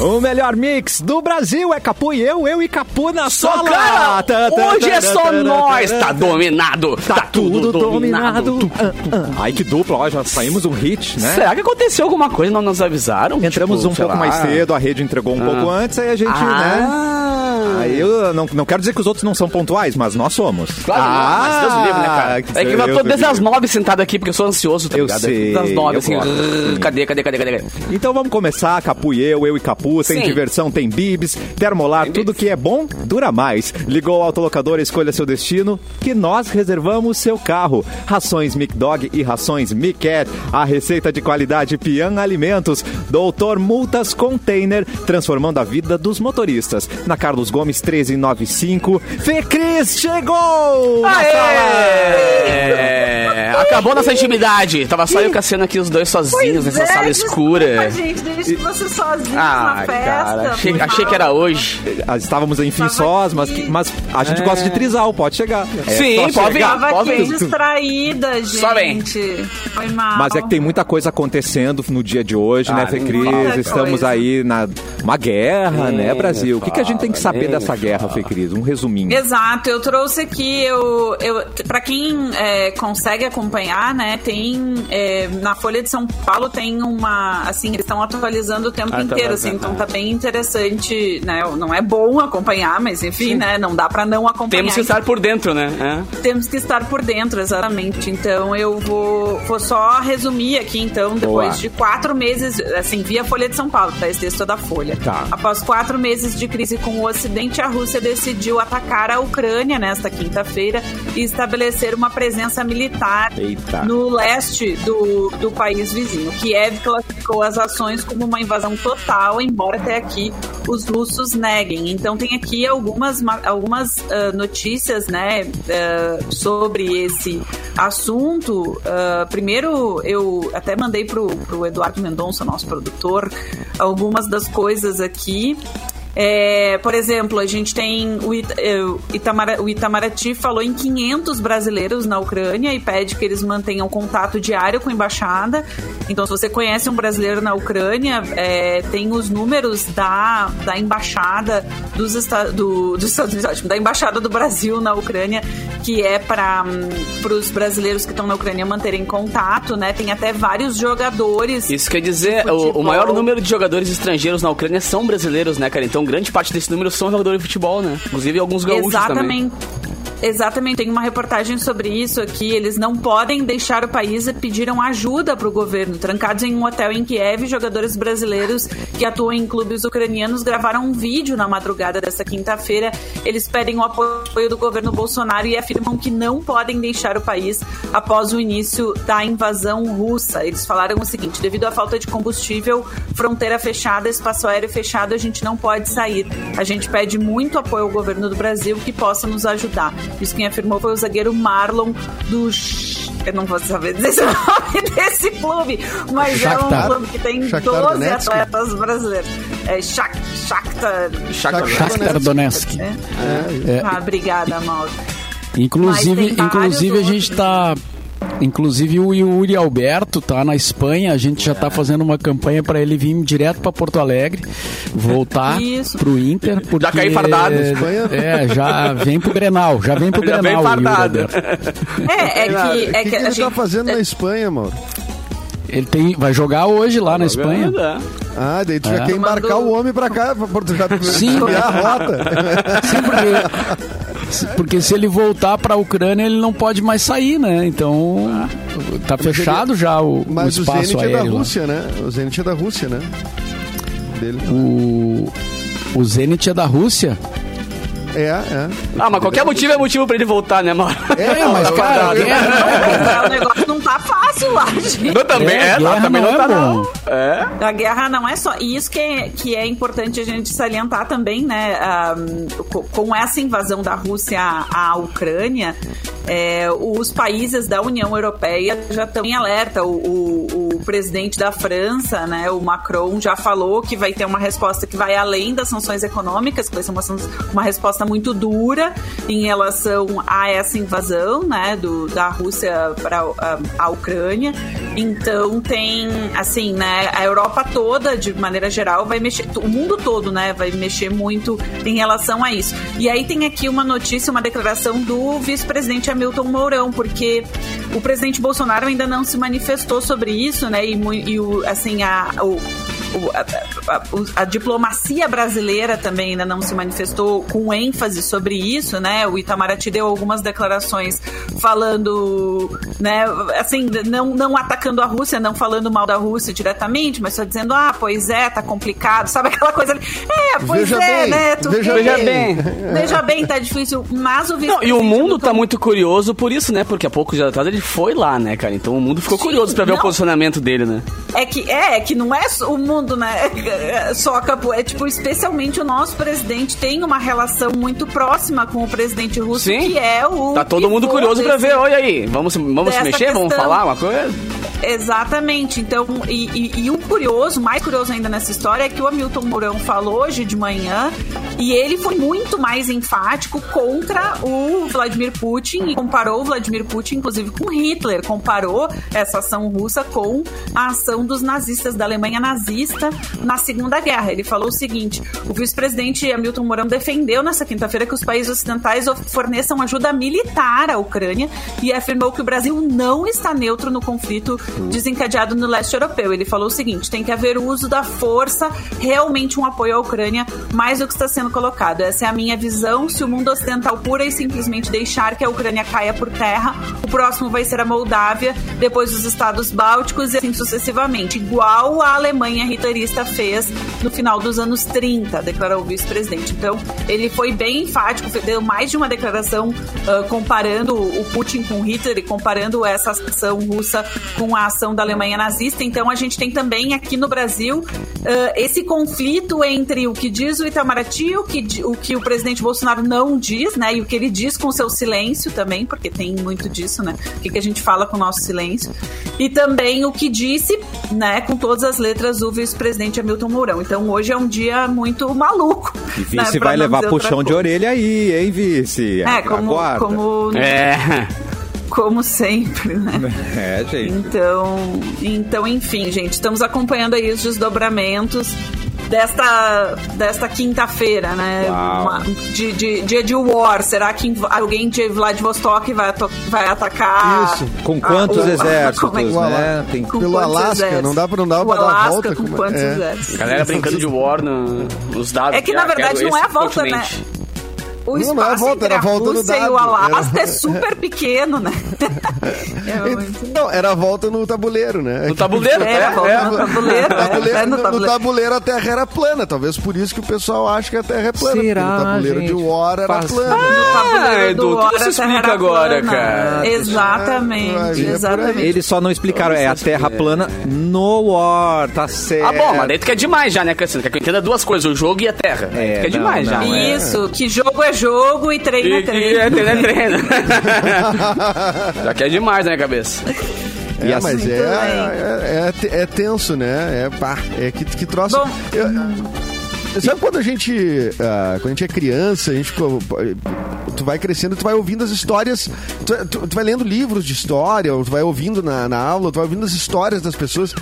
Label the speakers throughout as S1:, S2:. S1: o melhor mix do Brasil é Capu e eu, eu e Capu na
S2: Só,
S1: sala.
S2: cara,
S1: Tá, tá,
S2: hoje
S1: tá, tá,
S2: é só
S1: tá,
S2: nós.
S1: tá,
S2: Tá dominado.
S1: Tá, tudo dominado.
S2: Tu, tu, tu.
S1: Ah, ah. Ai, que dupla, ó, já saímos um hit, né?
S2: Será que aconteceu alguma coisa e não nos avisaram?
S1: Entramos
S2: Tipo,
S1: um
S2: sei
S1: pouco
S2: lá.
S1: mais cedo, a rede entregou um pouco antes, aí a gente, né?
S2: Ah.
S1: Aí eu não, não quero dizer que os outros não são pontuais, mas nós somos.
S2: Claro, mas Deus me livre, né, cara?
S1: Ah, que
S2: É que eu tô desde as nove sentado aqui, porque eu sou ansioso, tá
S1: Eu
S2: ligado?
S1: sei,
S2: das nove,
S1: eu
S2: assim.
S1: gosto.
S2: rrr, Cadê, cadê, cadê, cadê? cadê?
S1: Então vamos começar, Capu e eu, eu e Capu, tem
S2: Sim.
S1: diversão, tem bibs, termolar,
S2: Tem
S1: tudo
S2: bibs.
S1: que é bom dura mais. Ligou o autolocador, escolha seu destino, que nós reservamos seu carro. Rações Mic Dog e rações Mic Cat, a receita de qualidade Pian Alimentos, Doutor Multas Container, transformando a vida dos motoristas. Na Carlos Gomes 1395, Fê Cris chegou! na sala!
S2: É, acabou nossa intimidade. Tava só eu e o Cassiano aqui, os dois sozinhos, nessa sala escura.
S3: é, Desculpa, gente, deixa você sozinho
S2: Ah,
S3: na festa.
S2: cara, achei,
S3: Mal.
S2: achei que era hoje.
S1: Nós Estávamos enfim
S3: Tava
S1: sós, mas,
S3: aqui.
S1: que- mas a gente gosta de trisal, pode chegar. É
S2: Sim,
S1: só
S2: pode
S1: chegar.
S2: vir.
S3: Tava
S2: Ó,
S3: aqui
S2: vem.
S3: distraída, gente.
S2: Só vem.
S3: Foi mal.
S1: Mas é que tem muita coisa acontecendo no dia de hoje, né, Fê
S2: nem
S1: Cris?
S3: fala.
S1: Estamos
S3: Coisa.
S1: aí na uma guerra,
S2: Nem
S1: né, Brasil? O que, que a gente tem que
S2: fala,
S1: saber
S2: nem
S1: dessa guerra, Fê Cris? Um resuminho.
S3: Exato, eu trouxe aqui, eu, eu, para quem é, consegue acompanhar, né, tem é, na Folha de São Paulo tem uma, assim, eles estão atualizando o tempo
S2: Ah, tá
S3: inteiro, assim,
S2: bacana.
S3: então tá bem interessante, né, não é bom acompanhar, mas enfim, né, não dá pra não acompanhar.
S2: Temos que estar por dentro, né?
S3: Temos que estar por dentro, exatamente. Então eu vou, vou só resumir aqui, então, depois
S1: Boa.
S3: de quatro meses, assim, via Folha de São Paulo, tá? Esse texto é da Folha.
S1: Tá.
S3: Após quatro meses de crise com o Ocidente, a Rússia decidiu atacar a Ucrânia nesta quinta-feira e estabelecer uma presença militar
S1: Eita.
S3: no leste do, do país vizinho. Kiev classificou as ações como uma invasão total, embora até aqui os russos neguem. Então tem aqui algumas, ma- algumas ah, notícias né, ah, sobre esse assunto. Ah, primeiro, eu até mandei pro, pro Eduardo Mendonça, nosso produtor, algumas das coisas aqui. É, por exemplo, a gente tem o, Ita- eh, o Itamara- o Itamaraty falou em 500 brasileiros na Ucrânia e pede que eles mantenham contato diário com a embaixada. Então, se você conhece um brasileiro na Ucrânia, eh, tem os números da, da embaixada dos, esta- do, dos Estados Unidos, ótimo, da embaixada do Brasil na Ucrânia, que é para os brasileiros que estão na Ucrânia manterem contato, né? Tem até vários jogadores.
S2: Isso quer dizer, o, o
S3: Futebol.
S2: maior número de jogadores estrangeiros na Ucrânia são brasileiros, né, cara? Então grande parte desse número são jogadores de futebol, né? Inclusive alguns gaúchos também.
S3: Exatamente. Exatamente, tem uma reportagem sobre isso aqui. Eles não podem deixar o país e pediram ajuda para o governo. Trancados em um hotel em Kiev, jogadores brasileiros que atuam em clubes ucranianos gravaram um vídeo na madrugada desta quinta-feira. Eles pedem o apoio do governo Bolsonaro e afirmam que não podem deixar o país após o início da invasão russa. Eles falaram o seguinte: devido à falta de combustível, fronteira fechada, espaço aéreo fechado, a gente não pode sair. A gente pede muito apoio ao governo do Brasil que possa nos ajudar. Isso quem afirmou foi o zagueiro Marlon do. Sh- Eu não vou saber dizer esse nome desse clube, mas é um
S4: Shakhtar.
S3: clube que tem
S4: Shakhtar
S3: 12
S4: Donetsk?
S3: atletas brasileiros. É Shak- Shakhtar.
S2: Exatamente.
S4: Shakhtar Donetsk.
S3: É. Ah, obrigada, Mauro. Mas
S4: Inclusive,
S3: tem
S4: inclusive a
S3: vários
S4: gente tá. Inclusive o Yuri Alberto tá na Espanha, a gente já tá fazendo uma campanha para ele vir direto para Porto Alegre, voltar
S3: Isso.
S4: pro Inter, porque
S2: Já caiu fardado.
S4: É, já vem pro Grenal, já vem pro
S2: Já vem
S4: Grenal. o Yuri
S2: fardado.
S4: Alberto.
S3: É, é que,
S5: O
S3: é
S5: que,
S3: que
S5: que
S3: a
S5: ele tá
S3: gente
S5: fazendo na Espanha, mano?
S4: Ele tem, vai jogar hoje lá na Espanha.
S2: Verdade.
S5: Ah, daí tu já quer embarcar
S3: Mandou-
S5: o homem pra cá, pra Portugal, pra
S4: É. Sim.
S5: desviar a rota.
S4: Sim, porque, se- porque se ele voltar para a Ucrânia, ele não pode mais sair, né? Então tá fechado já o, o
S5: Mas o
S4: espaço
S5: Zenit é da
S4: aéreo. lá.
S5: Rússia, né? O Zenit é da Rússia, né? Dele.
S4: O, o Zenit é da Rússia?
S5: É, é.
S2: Ah, mas qualquer motivo é motivo pra ele voltar, né, Mauro?
S4: É, mas cara,
S2: fardado.
S4: guerra,
S3: o negócio não tá fácil lá, gente.
S2: Eu é, também,
S4: É,
S2: é, lá
S4: guerra
S2: também não,
S4: não é
S2: tá não.
S4: bom.
S2: É.
S3: A guerra não é só. E isso que é, que é importante a gente salientar também, né? ah, co- com essa invasão da Rússia à à Ucrânia, é, os países da União Europeia já estão em alerta. O, o- o presidente da França, né, o Macron, já falou que vai ter uma resposta que vai além das sanções econômicas, que vai ser uma, uma resposta muito dura em relação a essa invasão, né, do, da Rússia para a, a Ucrânia. Então tem, assim, né, a Europa toda, de maneira geral, vai mexer, o mundo todo, né, vai mexer muito em relação a isso. E aí tem aqui uma notícia, uma declaração do vice-presidente Hamilton Mourão, porque o presidente Bolsonaro ainda não se manifestou sobre isso, né? E, e o, assim, a, o, a, a, a, diplomacia brasileira também ainda não se manifestou com ênfase sobre isso, né? O Itamaraty deu algumas declarações falando, né? Assim, não, não atacando a Rússia, não falando mal da Rússia diretamente, mas só dizendo, ah, pois é, tá complicado, sabe aquela coisa ali? É, pois
S5: Veja
S3: é,
S5: bem,
S3: né? Tu
S5: veja
S3: vê-
S2: bem.
S3: Veja bem, tá difícil, mas o
S2: Não, e
S3: vice-presidente
S2: o mundo
S3: Hamilton
S2: tá muito curioso por isso, né? Porque há poucos dias atrás ele foi lá, né, cara? Então o mundo ficou
S3: Sim,
S2: curioso pra ver o
S3: não.
S2: posicionamento dele, né?
S3: É que, é, é que não é só- o mundo, né? É Só capo. É tipo, especialmente o nosso presidente tem uma relação muito próxima com o presidente russo,
S2: Sim.
S3: que é o.
S2: Tá todo mundo
S3: pivô
S2: curioso pra
S3: desse-
S2: ver, olha aí. Vamos, vamos se
S3: dessa
S2: mexer, vamos
S3: questão.
S2: falar uma coisa?
S3: Exatamente. Então, e, e- e o curioso, mais curioso ainda nessa história, é que o Hamilton Mourão falou hoje de manhã e ele foi muito mais enfático contra o Vladimir Putin e comparou o Vladimir Putin, inclusive, com Hitler. Comparou essa ação russa com a ação dos nazistas, da Alemanha nazista na Segunda Guerra. Ele falou o seguinte: o vice-presidente Hamilton Mourão defendeu nessa quinta-feira que os países ocidentais of- forneçam ajuda militar à Ucrânia e afirmou que o Brasil não está neutro no conflito desencadeado no leste europeu. Ele falou o seguinte: tem que haver uso da força, realmente um apoio à Ucrânia, mais do que está sendo colocado. Essa é a minha visão. Se o mundo ocidental pura e simplesmente deixar que a Ucrânia caia por terra, o próximo vai ser a Moldávia, depois os estados bálticos e assim sucessivamente. Igual a Alemanha hitlerista fez no final dos anos 30, declarou o vice-presidente. Então, ele foi bem enfático, deu mais de uma declaração ah, comparando o Putin com Hitler e comparando essa ação russa com a ação da Alemanha nazista. Então, a gente tem também aqui no Brasil ah, esse conflito entre o que diz o Itamaraty, o que, di- o que o presidente Bolsonaro não diz, né? E o que ele diz com seu silêncio também, porque tem muito disso, né? O que, que a gente fala com o nosso silêncio. E também o que disse, né, com todas as letras, o vice-presidente Hamilton Mourão. Então hoje é um dia muito maluco.
S1: E
S3: né,
S1: vice
S3: pra
S1: vai
S3: não
S1: levar
S3: dizer outra
S1: puxão de
S3: coisa.
S1: orelha aí, hein, vice?
S3: É, como,
S1: Aguarda.
S3: como,
S2: É.
S3: como sempre, né?
S1: É, gente.
S3: Então, então, enfim, gente, estamos acompanhando aí os desdobramentos desta, desta quinta-feira, né?
S1: Uau.
S3: Uma- de, de- dia de war. Será que inv- alguém de Vladivostok vai, ato- vai atacar?
S5: Isso.
S1: Com quantos
S3: Ah, o-
S1: exércitos,
S3: como é que-
S5: Uau.
S1: né? Tem
S3: Com
S5: Pelo
S3: quantos
S5: Alasca,
S3: exércitos?
S5: não dá pra- não dá
S3: O
S5: pra dar uma
S3: Alasca
S5: volta
S3: com
S5: com-
S3: quantos
S5: é.
S3: exércitos?
S2: Galera brincando de war no- nos dados.
S3: É que, na
S2: ah,
S3: verdade,
S2: quero
S3: não é a
S2: esse
S3: volta, né?
S2: continente.
S3: O
S5: Não, não é a
S3: espaço
S5: volta,
S3: entre
S5: era
S3: a
S5: a volta no
S3: Rússia e
S5: dado.
S3: o Alasca
S5: Era-
S3: é super pequeno, né? É muito...
S5: Não, era a volta no tabuleiro, né?
S2: No tabuleiro,
S3: É,
S2: é.
S3: a volta no tabuleiro, é, é
S5: Tabuleiro-
S3: no
S5: no,
S3: tabuleiro.
S5: tabuleiro a terra era plana, talvez por isso que o pessoal acha que a terra é plana.
S4: Será,
S5: porque no tabuleiro de
S4: gente?
S5: War era
S4: Faz-
S5: plana.
S3: O
S2: Ah,
S3: tabuleiro do
S2: Edu, tudo
S3: Hora
S2: se explica
S3: Terra
S2: agora,
S3: Plana.
S2: cara.
S3: Exatamente,
S5: Ah, é por aí.
S3: exatamente.
S1: Eles só não explicaram, é a terra plana no war, tá certo.
S2: Ah, bom, mas daí tu quer demais já, né, Cassino? Quer que eu entenda duas coisas, o jogo e a terra. É, tu
S1: É,
S2: quer
S1: não,
S2: demais já.
S1: não, é.
S3: Isso, que jogo é jogo e treino é
S2: E, e é
S3: treino.
S2: treino, é treino. já quer demais, né, cabeça?
S1: E
S5: É,
S1: assim-
S5: mas é,
S3: Muito
S5: é, é- é tenso, né? É, pá, é que, que troço.
S3: Bom.
S5: Eu- sabe quando a gente. ah, quando a gente é criança, a gente ficou. Tu vai crescendo, tu vai ouvindo as histórias. Tu, tu- tu vai lendo livros de história, ou tu vai ouvindo na, na aula, tu vai ouvindo as histórias das pessoas.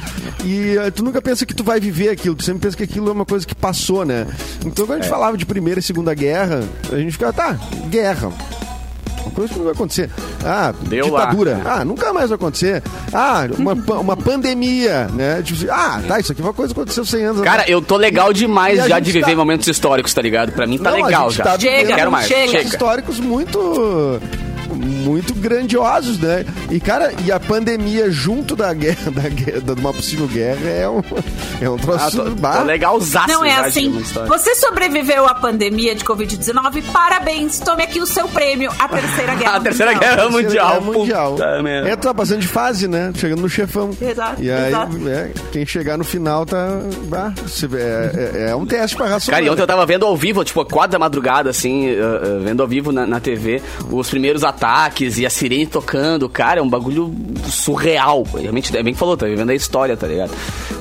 S5: E ah, tu nunca pensa que tu vai viver aquilo, tu sempre pensa que aquilo é uma coisa que passou, né? Então quando a gente falava de Primeira e Segunda Guerra, a gente ficava, tá, guerra. Uma coisa que não vai acontecer. Ah,
S2: Deu lá.
S5: ditadura. Ah, nunca mais vai acontecer. Ah, uma, pa- uma pandemia, né? Tipo, assim, ah, tá, isso aqui é uma coisa que aconteceu 100 anos atrás.
S2: Cara, eu tô legal demais
S5: E a
S2: já
S5: gente
S2: de viver
S5: tá-
S2: momentos históricos, tá ligado? Pra mim tá
S5: Não, a
S2: legal
S5: gente
S2: já.
S5: tá
S3: Chega,
S2: quero mais,
S3: chega.
S5: Momentos históricos muito muito grandiosos, né? E cara, e a pandemia junto da guerra, da guerra, de uma possível guerra é um é um
S2: Ah,
S5: troço
S2: tô,
S5: bah.
S2: tô legalzaço.
S3: Não é
S2: já de
S3: assim.
S2: uma história.
S3: Você sobreviveu à pandemia de Covid-19? Parabéns! Tome aqui o seu prêmio, a Terceira Guerra.
S2: A terceira
S3: Mundial.
S2: guerra mundial.
S5: É mundial.
S2: puta merda.
S5: É, tu tá passando de fase, né? Chegando no chefão.
S3: Exato,
S5: E aí,
S3: exato.
S5: é, quem chegar no final tá. bah, se- é, é- é um teste pra raça.
S2: Cara, e
S5: humana.
S2: eh, ontem eu tava vendo ao vivo, tipo, a quatro da madrugada, assim, uh, uh, vendo ao vivo na, na TV, os primeiros a- ataques e a sirene tocando, cara, é um bagulho surreal. Realmente, é bem que falou, tá vivendo a história, tá ligado?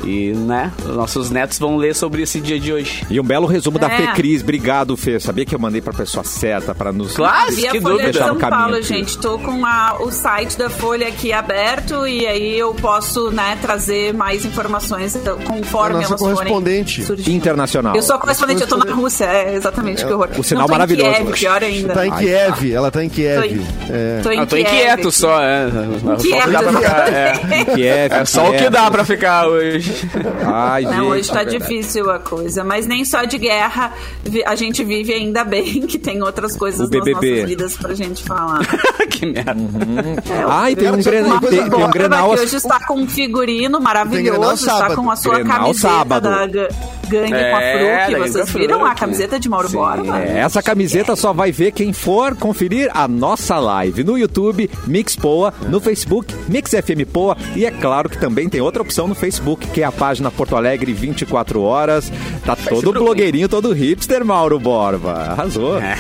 S2: E, né, nossos netos vão ler sobre esse dia de hoje.
S1: E um belo resumo da
S3: É.
S1: Fecris. Obrigado, Fê. Sabia que eu mandei pra pessoa certa pra nos.
S2: Claro,
S3: Vi
S2: que
S3: a Folha de
S2: dúvida.
S5: Tá
S1: Deixar
S3: São
S1: no caminho
S3: Paulo,
S1: aqui.
S3: gente. Tô com a- o site da Folha aqui aberto e aí eu posso né, trazer mais informações então, conforme
S5: É a nossa
S3: elas forem
S5: correspondente
S3: surgindo.
S1: Internacional.
S3: Eu sou a correspondente, eu tô na Rússia, é exatamente que horror.
S1: o sinal
S3: Não tô em
S1: maravilhoso.
S3: Kiev, pior ainda.
S5: Tá em Kiev, ela tá em
S3: Tô
S5: Kiev.
S3: em-
S5: É.
S3: Tô em
S2: Eu Ah, tô
S3: Kiev
S2: inquieto
S3: aqui.
S2: só, é. Só o que dá pra ficar, é.
S1: Kiev,
S2: É só o que
S1: Kiev.
S2: dá pra ficar hoje.
S1: Ai, gente.
S3: Não, hoje tá
S1: é verdade.
S3: difícil a coisa, mas nem só de guerra vi- a gente vive ainda bem que tem outras coisas
S1: O
S3: nas
S1: BBB.
S3: nossas vidas pra gente falar.
S2: que merda.
S1: Ah, e tem um,
S5: Só tem
S1: Grenal,
S5: uma coisa
S1: tem, tem um
S5: boa.
S1: Grenal.
S3: que hoje está com um figurino maravilhoso,
S5: Grenal
S3: está
S5: sábado.
S3: com a sua
S1: Grenal
S3: camiseta
S1: sábado.
S3: da Ga- Gangue
S2: É, da
S3: com a
S2: Gangue
S3: Fruc. Vocês
S2: com a
S3: viram a
S2: Fruc.
S3: camiseta de Mauro Borba?
S1: É, essa camiseta só vai ver quem for conferir a nossa live no YouTube Mix Poa, no Facebook Mix FM Poa e é claro que também tem outra opção no Facebook que é a página Porto Alegre 24 horas. Tá todo
S2: procura.
S1: blogueirinho, todo hipster Mauro Borba. Arrasou.
S2: É.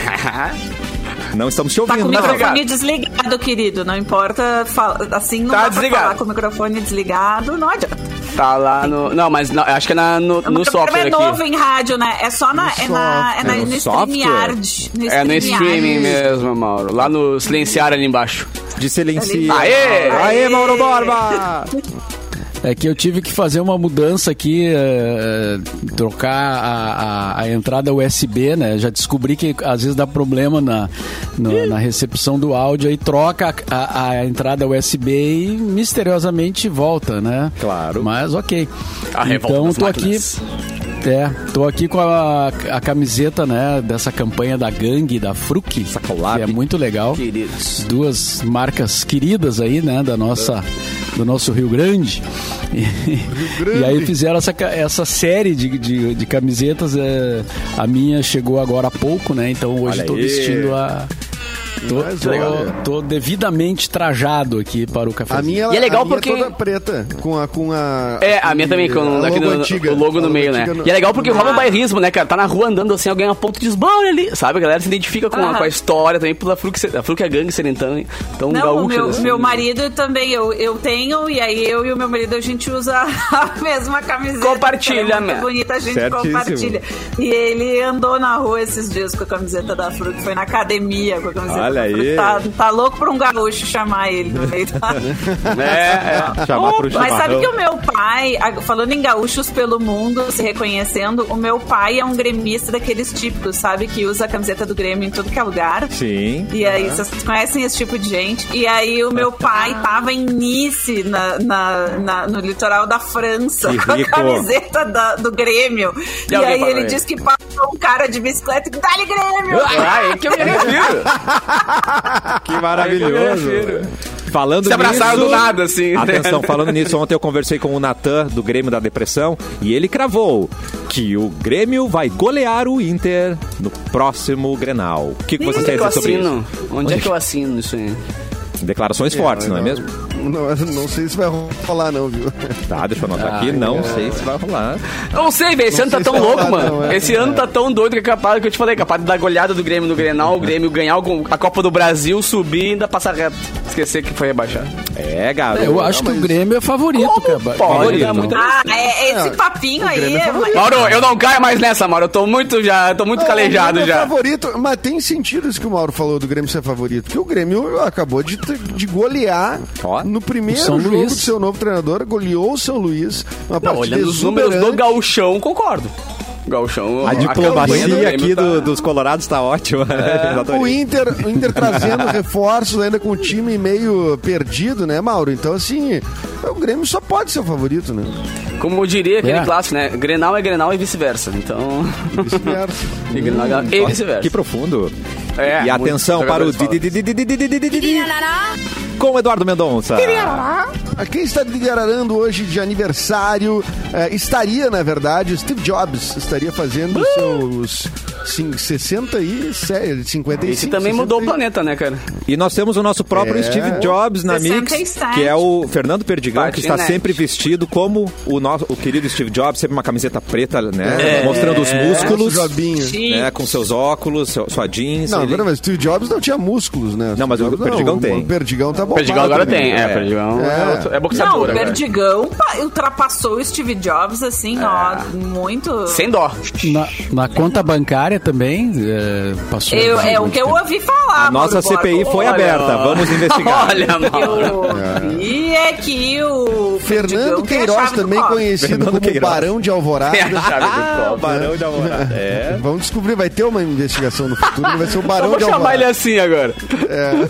S1: Não estamos te
S3: Tá com
S1: ouvindo.
S3: o
S1: né?
S3: microfone desligado, querido. Não importa, fa- assim não
S2: Tá
S3: dá pra
S2: desligado.
S3: falar com o microfone desligado, não adianta.
S2: Tá lá no. Não, mas não, acho que é na, no,
S3: O
S2: no
S3: programa
S2: software
S3: é
S2: aqui.
S3: novo em rádio, né? É só na, é na, é na,
S1: software.
S3: no
S1: No software?
S3: StreamYard.
S2: É no streaming
S3: StreamYard.
S2: mesmo, Mauro. Lá no silenciar ali embaixo.
S1: De silencio.
S2: Aê!
S1: Aê,
S3: Aê!
S1: Mauro Borba!
S4: É que eu tive que fazer uma mudança aqui, eh, trocar a, a- a entrada USB, né? Já descobri que às vezes dá problema na, no- na recepção do áudio, aí troca a, a- a entrada USB e misteriosamente volta, né?
S1: Claro.
S4: Mas ok.
S2: A revolta
S4: então
S2: das
S4: tô aqui.
S2: máquinas.
S4: É, tô aqui com a, a camiseta, né, dessa campanha da gangue, da Fruc,
S1: collab.
S4: que é muito legal
S2: Queridos.
S4: duas marcas queridas aí, né, da nossa do nosso Rio Grande. E,
S5: Grande.
S4: e aí fizeram essa, ca- essa série de, de, de camisetas. é, a minha chegou agora há pouco, né? Então hoje
S1: Olha
S4: estou
S1: aí.
S4: vestindo a. Tô,
S5: Mas
S4: tô-
S5: olha.
S4: tô devidamente trajado aqui para o café.
S5: A minha, ela-
S2: E é legal
S5: a minha
S2: porque-
S5: é toda preta, com a... Com a
S2: É, a minha também, com
S5: a
S2: aqui
S5: logo
S2: no,
S5: antiga.
S2: o logo
S5: A
S2: no meio, né?
S5: antiga no- Ah,
S2: E é legal porque
S5: no-
S2: rouba o bairrismo, né, cara? Tá na rua andando assim, alguém aponta e diz, "Bah, olha ali. Sabe, a galera se identifica com, a,
S3: Aham.
S2: com a história também, pela Fruc, a Fruc é gangue serentana, hein?
S1: um
S2: então
S3: Não,
S2: gaúcha.
S3: o meu,
S1: né?
S2: assim.
S3: meu marido também, eu, eu tenho, e aí eu e o meu marido a gente usa a mesma camiseta.
S2: Compartilha,
S3: que é muito
S2: né?
S3: bonita, a gente
S1: Certíssimo.
S3: compartilha. E ele andou na rua esses dias com a camiseta da Fruc, foi na academia com a camiseta
S1: Olha
S3: da Fruc.
S1: aí.
S3: Tá, tá louco pra um gaúcho chamar ele no meio da...
S2: É, é.
S1: Chamar pro
S3: Mas sabe
S1: chimarrão.
S3: que o meu pai, a- falando em gaúchos pelo mundo, se reconhecendo, o meu pai é um gremista daqueles típicos, sabe? Que usa a camiseta do Grêmio em tudo que é lugar.
S1: Sim.
S3: E aí, vocês conhecem esse tipo de gente? E aí, o meu pai tava em Nice, na, na- na- no litoral da França,
S1: Que
S3: com a
S1: rico.
S3: camiseta da- do Grêmio. E,
S2: alguém
S3: aí,
S2: parou
S3: ele
S2: ele.
S3: disse que passou um cara de bicicleta e dá-lhe Grêmio!
S2: Ah, é que eu me refiro.
S1: Que maravilhoso.
S2: Ai, que eu me
S1: Falando
S2: Se abraçaram
S1: nisso-
S2: do nada, assim, né?
S1: Atenção, falando nisso, ontem eu conversei com o Natan do Grêmio da Depressão e ele cravou que o Grêmio vai golear o Inter no próximo Grenal. O que, que vocês
S2: Onde é
S1: têm
S2: que eu
S1: a dizer sobre
S2: assino?
S1: isso?
S2: Onde é que eu assino isso aí?
S1: Declarações fortes, não é mesmo?
S5: Não, eu não sei se vai rolar, não, viu?
S1: Tá, deixa eu anotar aqui. Não sei se vai rolar.
S2: Não sei, velho. Esse ano tá
S5: sei
S2: tão
S5: se vai
S2: louco,
S5: dar,
S2: mano.
S5: não, é.
S2: Esse ano tá tão doido que é capaz que eu te falei, capaz de dar goleada do Grêmio no Grenal, o Grêmio ganhar o- a Copa do Brasil, subir e ainda passar reto. Esquecer que foi rebaixado.
S1: É, garoto.
S4: Eu acho que o Grêmio é favorito, cara.
S2: Pode
S5: né?
S4: favorito,
S2: dar
S4: não.
S2: muita
S3: Ah, é, é esse papinho aí. é-
S2: Mauro, eu não caio mais nessa, Mauro. Eu tô muito já, eu tô muito
S5: O
S2: calejado
S5: Grêmio é
S2: já.
S5: favorito, mas tem sentido isso que o Mauro falou do Grêmio ser favorito, porque o Grêmio acabou de, de golear
S1: Ó,
S5: no primeiro
S4: o São
S5: jogo
S4: Luís.
S5: do seu novo treinador, goleou o São Luís, uma
S2: Não,
S5: partida
S2: olhando os números do
S5: exuberante.
S2: Gauchão, concordo. Gauchão,
S1: A
S2: campanha do
S1: diplomacia
S2: Grêmio
S1: aqui
S2: tá-
S1: do- dos colorados tá ótima. Eu adorei.
S5: O Inter, o Inter trazendo reforços ainda com o time meio perdido, né, Mauro? Então, assim, o Grêmio só pode ser o favorito, né?
S2: Como eu diria aquele
S4: É.
S2: clássico, né? Grenal é Grenal e vice-versa. Então.
S5: Vice-versa.
S2: e Grenal é Grenal e vice-versa.
S1: Que profundo. e
S2: É, muito
S1: atenção para o...
S2: jogadores falam
S1: di- di- di- di- di- di- di- di- di- di- Com o Eduardo Mendonça.
S5: a quem está liderando hoje de aniversário eh, estaria, na verdade, Steve Jobs estaria fazendo seus cin- 60 e sé- 55.
S2: Esse também
S5: 60
S2: mudou o
S5: e-
S2: planeta, né, cara?
S1: E nós temos o nosso próprio
S5: É.
S1: Steve Jobs na Mix,
S3: 67.
S1: que é o Fernando Perdigão, que está
S5: né?
S2: Patinete.
S1: sempre vestido como o nosso o querido Steve Jobs, sempre uma camiseta preta, né?
S5: É.
S1: Mostrando os
S5: Nosso
S1: músculos,
S5: Jobinho.
S1: né? Com seus óculos, seu- sua jeans.
S5: Não,
S1: ele- é
S5: agora, mas Steve Jobs não tinha músculos, né?
S1: Não, mas
S5: Steve
S1: o
S5: Jobs,
S1: Perdigão
S5: não,
S1: tem.
S5: O Perdigão tá bom.
S2: Perdigão agora tem, é,
S1: É.
S2: Perdigão
S5: É.
S2: é, outro- é
S3: Não, o
S2: boxeador agora.
S3: Perdigão pa- ultrapassou o Steve Jobs, assim, ó, muito.
S2: Sem dó.
S4: Na, na conta bancária também eh, passou.
S3: Eu- é o que eu ouvi falar.
S1: A nossa
S3: Mauro Borba.
S1: CPI foi
S3: Olha,
S1: aberta, vamos investigar.
S2: Olha,
S3: Eu
S2: mano.
S3: ouvi é que o. Perdigão tem
S5: Fernando
S3: a
S5: Queiroz,
S3: chave do
S5: também
S3: cofre.
S5: conhecido
S1: Fernando
S5: como
S1: Queiroz.
S5: Barão de Alvorada.
S2: É,
S1: Ah, barão de alvorada. É.
S5: Vamos descobrir, vai ter uma investigação no futuro, vai ser o
S2: Eu
S5: Barão
S2: vou
S5: de
S2: chamar ele
S5: Alvorada.
S2: assim agora.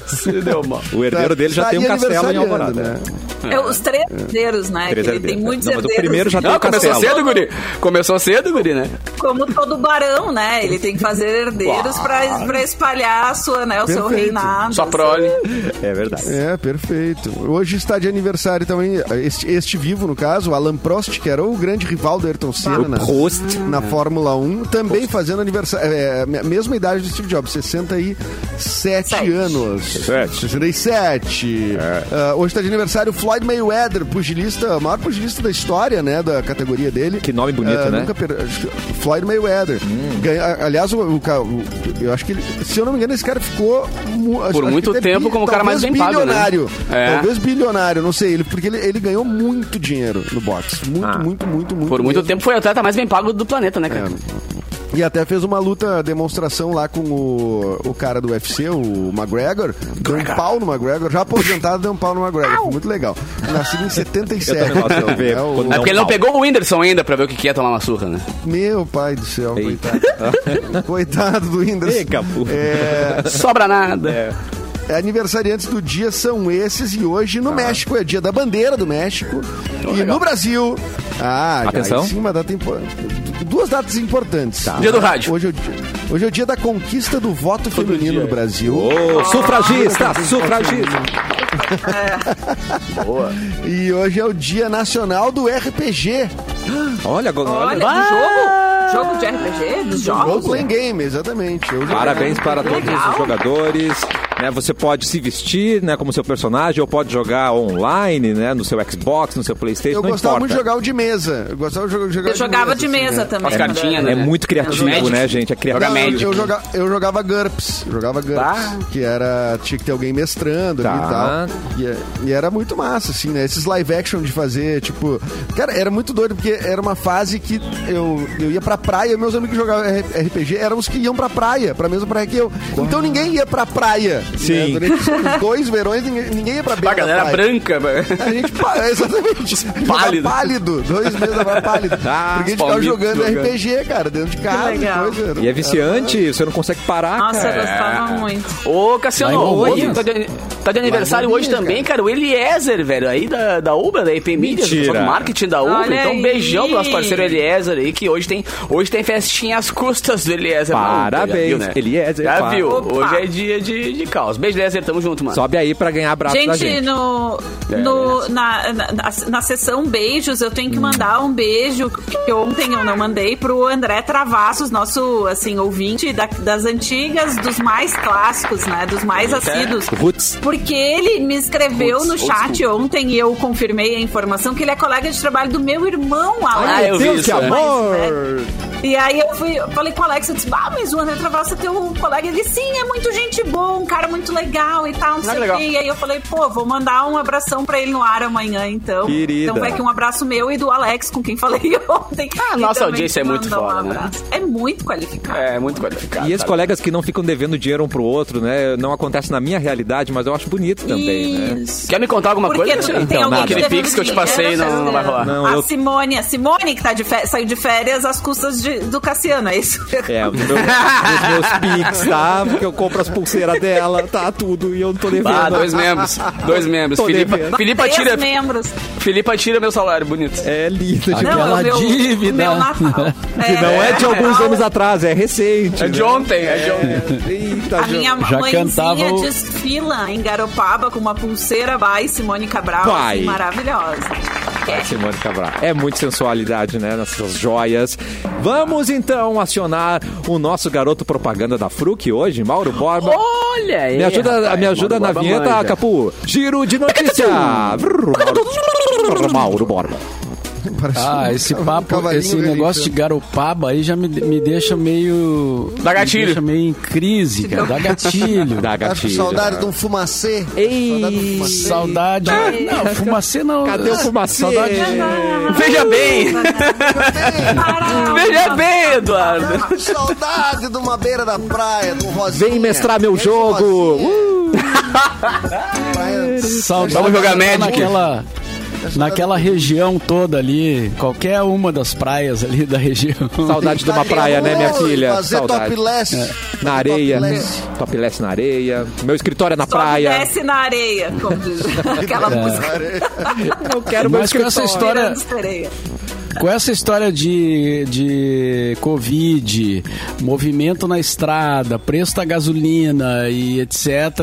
S2: Se deu mal.
S1: O herdeiro dele já tem um
S5: Estaria
S1: castelo em
S5: Tá, aniversariando, né?
S1: Alvorada.
S3: É, os três herdeiros, né?
S1: Três
S3: que ele
S1: herdeiros,
S3: tem muitos
S1: né? Não, mas o
S3: herdeiros.
S1: primeiro já
S2: Não,
S1: tem
S2: Ah, começou
S1: castelo.
S2: cedo, guri. Começou cedo, guri, né?
S3: Como todo barão, né? Ele tem que fazer herdeiros pra, pra espalhar a sua, né, o seu
S5: Perfeito.
S3: reinado.
S2: Só prole.
S1: É verdade.
S5: É, perfeito. Hoje está de aniversário também, este, este vivo, no caso, o Alan Prost, que era o grande rival do Ayrton Senna
S1: Ah, O
S5: na,
S1: Prost.
S5: na Fórmula 1, também fazendo aniversário, é, a mesma idade do Steve Jobs, 67
S3: Sete.
S5: anos.
S1: 67.
S5: 67.
S2: É.
S5: Ah, hoje está de aniversário o Floyd Mayweather, pugilista, o maior pugilista da história, né, da categoria dele.
S1: Que nome bonito,
S5: Ah,
S1: né?
S5: nunca per- Floyd Mayweather.
S2: Hum.
S5: Ganha- aliás, o, o ca- o- eu acho que, ele- se eu não me engano, esse cara ficou... mu- acho-
S2: Por
S5: acho
S2: muito
S5: que até
S2: tempo
S5: bi-
S2: como o cara mais
S5: talvez
S2: bem pago, né?
S5: bilionário.
S2: É.
S5: Talvez bilionário, não sei, ele, porque ele, ele ganhou muito dinheiro no boxe. Muito,
S1: Ah.
S5: muito, muito, muito.
S2: Por muito
S5: mesmo.
S2: tempo foi o atleta mais bem pago do planeta, né, cara?
S5: E até fez uma luta, demonstração lá com o, o cara do UFC, o McGregor. Deu um pau no McGregor, já aposentado, deu um pau no McGregor. Foi muito legal. Nascido em 77.
S1: Eu também gosto de
S5: então,
S1: ver
S5: é o-
S1: quando
S2: É porque ele não
S1: Não,
S2: pegou o Whindersson ainda pra ver o que que é tomar uma surra, né?
S5: Meu pai do céu,
S1: Eita.
S5: Tá. coitado. coitado do Whindersson.
S1: Ei, Capu.
S5: É,
S2: Sobra nada.
S5: aniversariantes do dia são esses e hoje
S1: Ah.
S5: no México é dia da bandeira do México e no Brasil ah
S1: Atenção.
S5: em cima data impo- duas datas importantes
S2: Dia do rádio.
S5: hoje é o dia, hoje é o dia da conquista do voto feminino no Brasil
S1: Ô, sufragista,
S5: Ah, tá.
S1: sufragista.
S5: e hoje é o dia nacional do RPG
S1: Olha, agora-
S3: Olha,
S1: olha.
S3: do jogo? Jogo de RPG? Dos
S5: Role
S3: jogos?
S5: Playing Game exatamente Hoje é-
S1: Parabéns para todos
S3: Legal.
S1: os jogadores. né? você pode se vestir né, como seu personagem ou pode jogar online, né, no seu Xbox, no seu Playstation,
S5: eu
S1: não
S5: gostava
S1: importa.
S5: muito de jogar o de mesa eu gostava de jogar, jogar
S3: Eu jogava de
S5: assim,
S3: mesa
S5: né?
S3: também.
S2: As
S3: quando
S2: cartinhas,
S3: era-
S1: É muito criativo,
S2: Magic.
S1: né, gente? É
S2: Joga
S1: criativo.
S5: Não, eu-
S2: Magic.
S5: Eu, joga- eu jogava GURPS. Jogava GURPS.
S2: Bah.
S5: Que era. Tinha que ter alguém mestrando
S1: Tá.
S5: ali e tal. E, é- e era muito massa, assim, né? Esses live action de fazer, tipo. Cara, era muito doido, porque era uma fase que eu, eu ia pra praia e meus amigos que jogavam R- RPG eram os que iam pra praia, pra mesma praia que eu. Então ninguém ia pra praia. né?
S1: Sim.
S5: Durante os dois verões, ninguém, ninguém ia pra beira
S2: A galera
S5: da praia.
S2: branca, velho.
S5: A gente, pa- é, exatamente.
S2: pálidos.
S5: Pálido. pálido. Dois meses agora pálido.
S1: Ah,
S5: Porque a gente
S2: os
S5: ficava
S2: palmitos
S5: jogando
S2: jogando.
S5: RPG, cara, dentro de casa.
S3: legal.
S5: coisa, era-
S1: E é viciante, você não consegue parar,
S3: Nossa, eu
S1: cara.
S3: gostava muito.
S2: Ô,
S4: Vai,
S2: Cassiano,
S4: irmão,
S2: hoje
S4: Gomes.
S2: tá de, tá de aniversário
S5: Vai,
S2: hoje
S5: Gomes,
S2: também, cara. O Eliezer, velho, aí da, da Uber, da EP Media,
S1: Mentira.
S2: do marketing da Uber.
S3: Olha
S2: então, um beijão
S3: aí.
S2: pro nosso parceiro Eliezer aí, que hoje tem, hoje tem festinha às custas do Eliezer. mano.
S1: Parabéns,
S2: Já viu, né?
S1: Eliezer,
S2: Já
S1: pá.
S2: viu?
S3: Opa.
S2: Hoje é dia de, de caos. Beijo, Eliezer, tamo junto, mano.
S1: Sobe aí pra ganhar
S2: Tá
S1: abraço da
S3: Gente,
S1: gente.
S3: No,
S2: É,
S3: no, na, na, na- na sessão beijos, eu
S2: Hum.
S3: tenho que mandar um beijo que ontem eu não mandei pro André Travassos, nosso assim, ouvinte da- das antigas, dos mais clássicos, né? Dos mais assíduos.
S1: Roots.
S3: Porque ele me escreveu
S2: é. Putz,
S3: no
S2: old
S3: chat ontem e eu confirmei a informação que ele é colega de trabalho do meu irmão, Alex.
S2: Ah, eu vi
S1: Deus,
S2: isso,
S1: que
S2: é.
S1: amor!
S3: E aí eu fui, eu falei com o Alex, eu disse, ah, mas o André Travassa é teu colega. Ele, sim, é muito gente boa, um cara muito legal e tal, não sei o
S2: é legal.
S3: quê. E aí eu falei, pô, vou mandar um abração pra ele no ar amanhã, então.
S1: Querida.
S3: Então vai que um abraço meu e do Alex, com quem falei ontem.
S2: Ah,
S3: que
S2: nossa
S3: também
S2: audiência é muito
S3: mandou
S2: foda, né?
S3: abraço. É muito qualificado.
S2: É, muito qualificado.
S1: E esses
S2: sabe?
S1: colegas que não ficam devendo dinheiro um pro outro, né? Não acontece na minha realidade, mas eu acho bonito também, né?
S3: Isso.
S2: Quer me contar alguma
S3: Porque
S2: coisa?
S3: tem
S2: Cassiano?
S1: Então,
S3: alguém
S1: nada.
S3: que
S1: Aquele
S3: devendo
S2: pix que eu te
S3: dinheiro,
S2: passei não- não vai rolar.
S1: Não,
S3: a
S1: eu-
S3: Simone, a Simone que tá de fé- saiu de férias às custas de- do Cassiano, é isso?
S1: É, o meu, os meus pics, tá? Porque eu compro as pulseiras dela, tá tudo, e eu não tô devendo.
S2: Ah, dois membros. Dois membros.
S1: Tô
S2: Filipa,
S1: devendo.
S2: Filipa,
S3: Três
S2: tira,
S3: membros.
S2: Filipa tira meu salário, bonito.
S1: É linda, de...
S4: Não, Aquela
S3: é o meu-
S4: dívida.
S3: o Meu Natal.
S1: Que não é de alguns anos atrás, é recente.
S2: É
S1: né?
S2: de ontem, é de ontem.
S1: Eita,
S3: A
S1: Ju.
S3: minha
S4: Já
S3: mãezinha
S4: cantava o-
S3: desfila em Garopaba com uma pulseira by Simone Cabral,
S1: Vai.
S3: assim, maravilhosa.
S1: Vai, Simone Cabral. É muito sensualidade, né? Nessas joias. Vamos então acionar o nosso garoto propaganda da Fruc hoje, Mauro Borba.
S2: Olha aí.
S1: Me ajuda,
S2: rapaz,
S1: me ajuda
S2: Mauro
S1: na
S2: Borba
S1: vinheta,
S2: manja.
S1: Capu. Giro de notícia. Vrr, Mauro, Mauro Borba.
S5: Parece
S4: Ah,
S5: um
S4: esse
S5: ca- um
S4: papo,
S5: cavalinho
S4: esse negócio de
S5: relíquio.
S4: garopaba aí já me, me deixa meio.
S2: Dá gatilho.
S4: Me deixa meio em crise, cara. Dá gatilho.
S1: Da
S5: Acho que
S1: gatilha.
S5: saudade de um fumacê. Saudade de um
S1: Ei,
S5: fumacê.
S4: Saudade. Não, fumacê não.
S1: cadê o fumacê?
S4: Saudade.
S2: Veja bem. Veja bem, Eduardo.
S5: Saudade de uma beira da praia, de um rosinha.
S1: Vem mestrar meu jogo. Uh,
S5: Praia-
S4: Saudade
S2: Vamos jogar
S4: de estar
S2: Magic.
S4: Naquela, naquela região toda ali, qualquer uma das praias ali da região.
S1: saudade de uma praia, né, minha filha?
S5: Fazer
S1: Saudade. É.
S5: topless.
S1: Na areia.
S5: Topless.
S1: Topless na areia. Meu escritório é na
S3: Praia.
S1: praia.
S3: Desce na areia, como diz aquela
S4: É.
S3: música.
S1: Eu quero meu
S4: Mas com
S1: escritório.
S4: essa história,
S3: Tirando essa areia.
S4: com essa história de, de Covid, movimento na estrada, preço da gasolina e etc,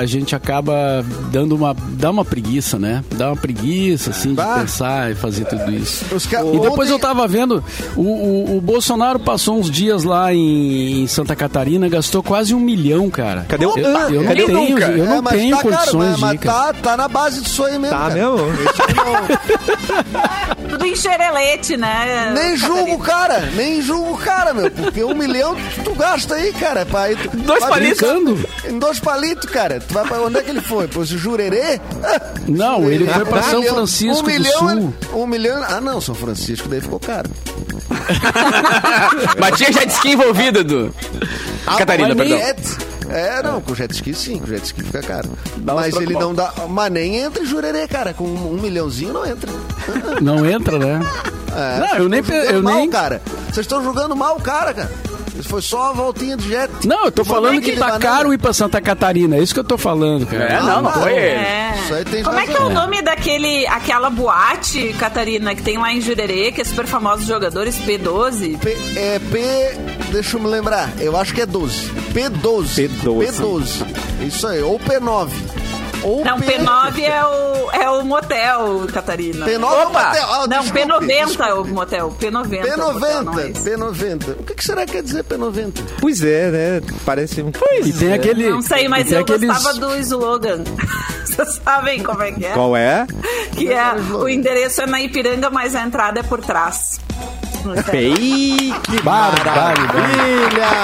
S4: a gente acaba dando uma, dá uma preguiça, né? Dá uma preguiça, assim, de
S5: Bah.
S4: pensar e fazer tudo isso.
S5: Os ca-
S4: E depois
S5: ontem-
S4: eu tava vendo, o, o, o Bolsonaro passou uns dias lá em, em Santa Catarina, gastou quase um milhão, cara.
S1: Cadê o-
S4: Eu, eu não
S1: Cadê o
S4: tenho,
S1: nunca?
S4: eu
S5: É,
S4: não
S5: mas
S4: tenho
S5: tá caro,
S4: condições
S5: né?
S4: de ir,
S5: Mas
S4: cara.
S5: tá, tá na base disso aí mesmo.
S1: Tá
S5: cara.
S1: mesmo?
S3: Tudo em xerelete, né?
S5: Nem julgo o cara, nem julgo o cara, meu. Porque um milhão tu gasta aí, cara. Pra, aí tu-
S2: Dois
S5: vai
S2: palitos.
S5: brincando. Em dois palitos, cara. Tu vai pra onde é que ele foi? Pro Jurerê?
S4: Não, ele foi pra
S5: Um
S4: São
S5: milhão-
S4: Francisco
S5: um milhão,
S4: do Sul.
S5: ele- Um milhão. Ah, não, São Francisco, daí ficou caro.
S2: Batia já disse que envolvida, Edu. Ah, Catarina,
S5: mas nem
S2: perdão.
S5: jet- É, não, com jet ski sim, com jet ski fica caro. mas ele não dá. Mas nem entra em jurerê, cara. Com um milhãozinho não entra.
S4: Não entra, né?
S5: É,
S4: Não, eu nem
S5: vocês tão
S4: pe- eu
S5: mal,
S4: nem-
S5: cara. Vocês estão jogando mal o cara, cara. Isso foi só uma voltinha de jet.
S4: Não, eu tô
S5: é
S4: falando que tá caro ir pra Santa Catarina, é isso que eu tô falando,
S2: É,
S4: cara.
S2: não, não foi ele.
S3: É.
S5: Ah, Isso aí tem
S3: Como é que é
S5: razão.
S3: o nome daquele, aquela boate, Catarina, que tem lá em Jurerê, que é super famosos jogadores, P12?
S5: P, é P. Deixa eu me lembrar. Eu acho que é 12. P12.
S1: P12.
S5: P12. Isso aí. Ou P9. Ou
S3: Não,
S5: P-
S3: P9 é o, é o motel, Catarina.
S5: P9 é o
S2: Opa!
S5: motel. Ah,
S3: Não,
S5: desculpe,
S3: P90
S5: desculpe.
S3: é o motel. P90. é o motel, não é
S5: P90,
S3: esse.
S5: P90. O que, que será que quer dizer P90?
S1: Pois é, né? Parece um.
S4: E tem aquele.
S3: Não sei,
S4: e
S3: mas
S4: tem
S3: eu
S4: aqueles-
S3: gostava do slogan. Vocês sabem como é que é?
S1: Qual é?
S3: Que é, o endereço é na Ipiranga, mas a entrada é por trás.
S1: Pei, que maravilha!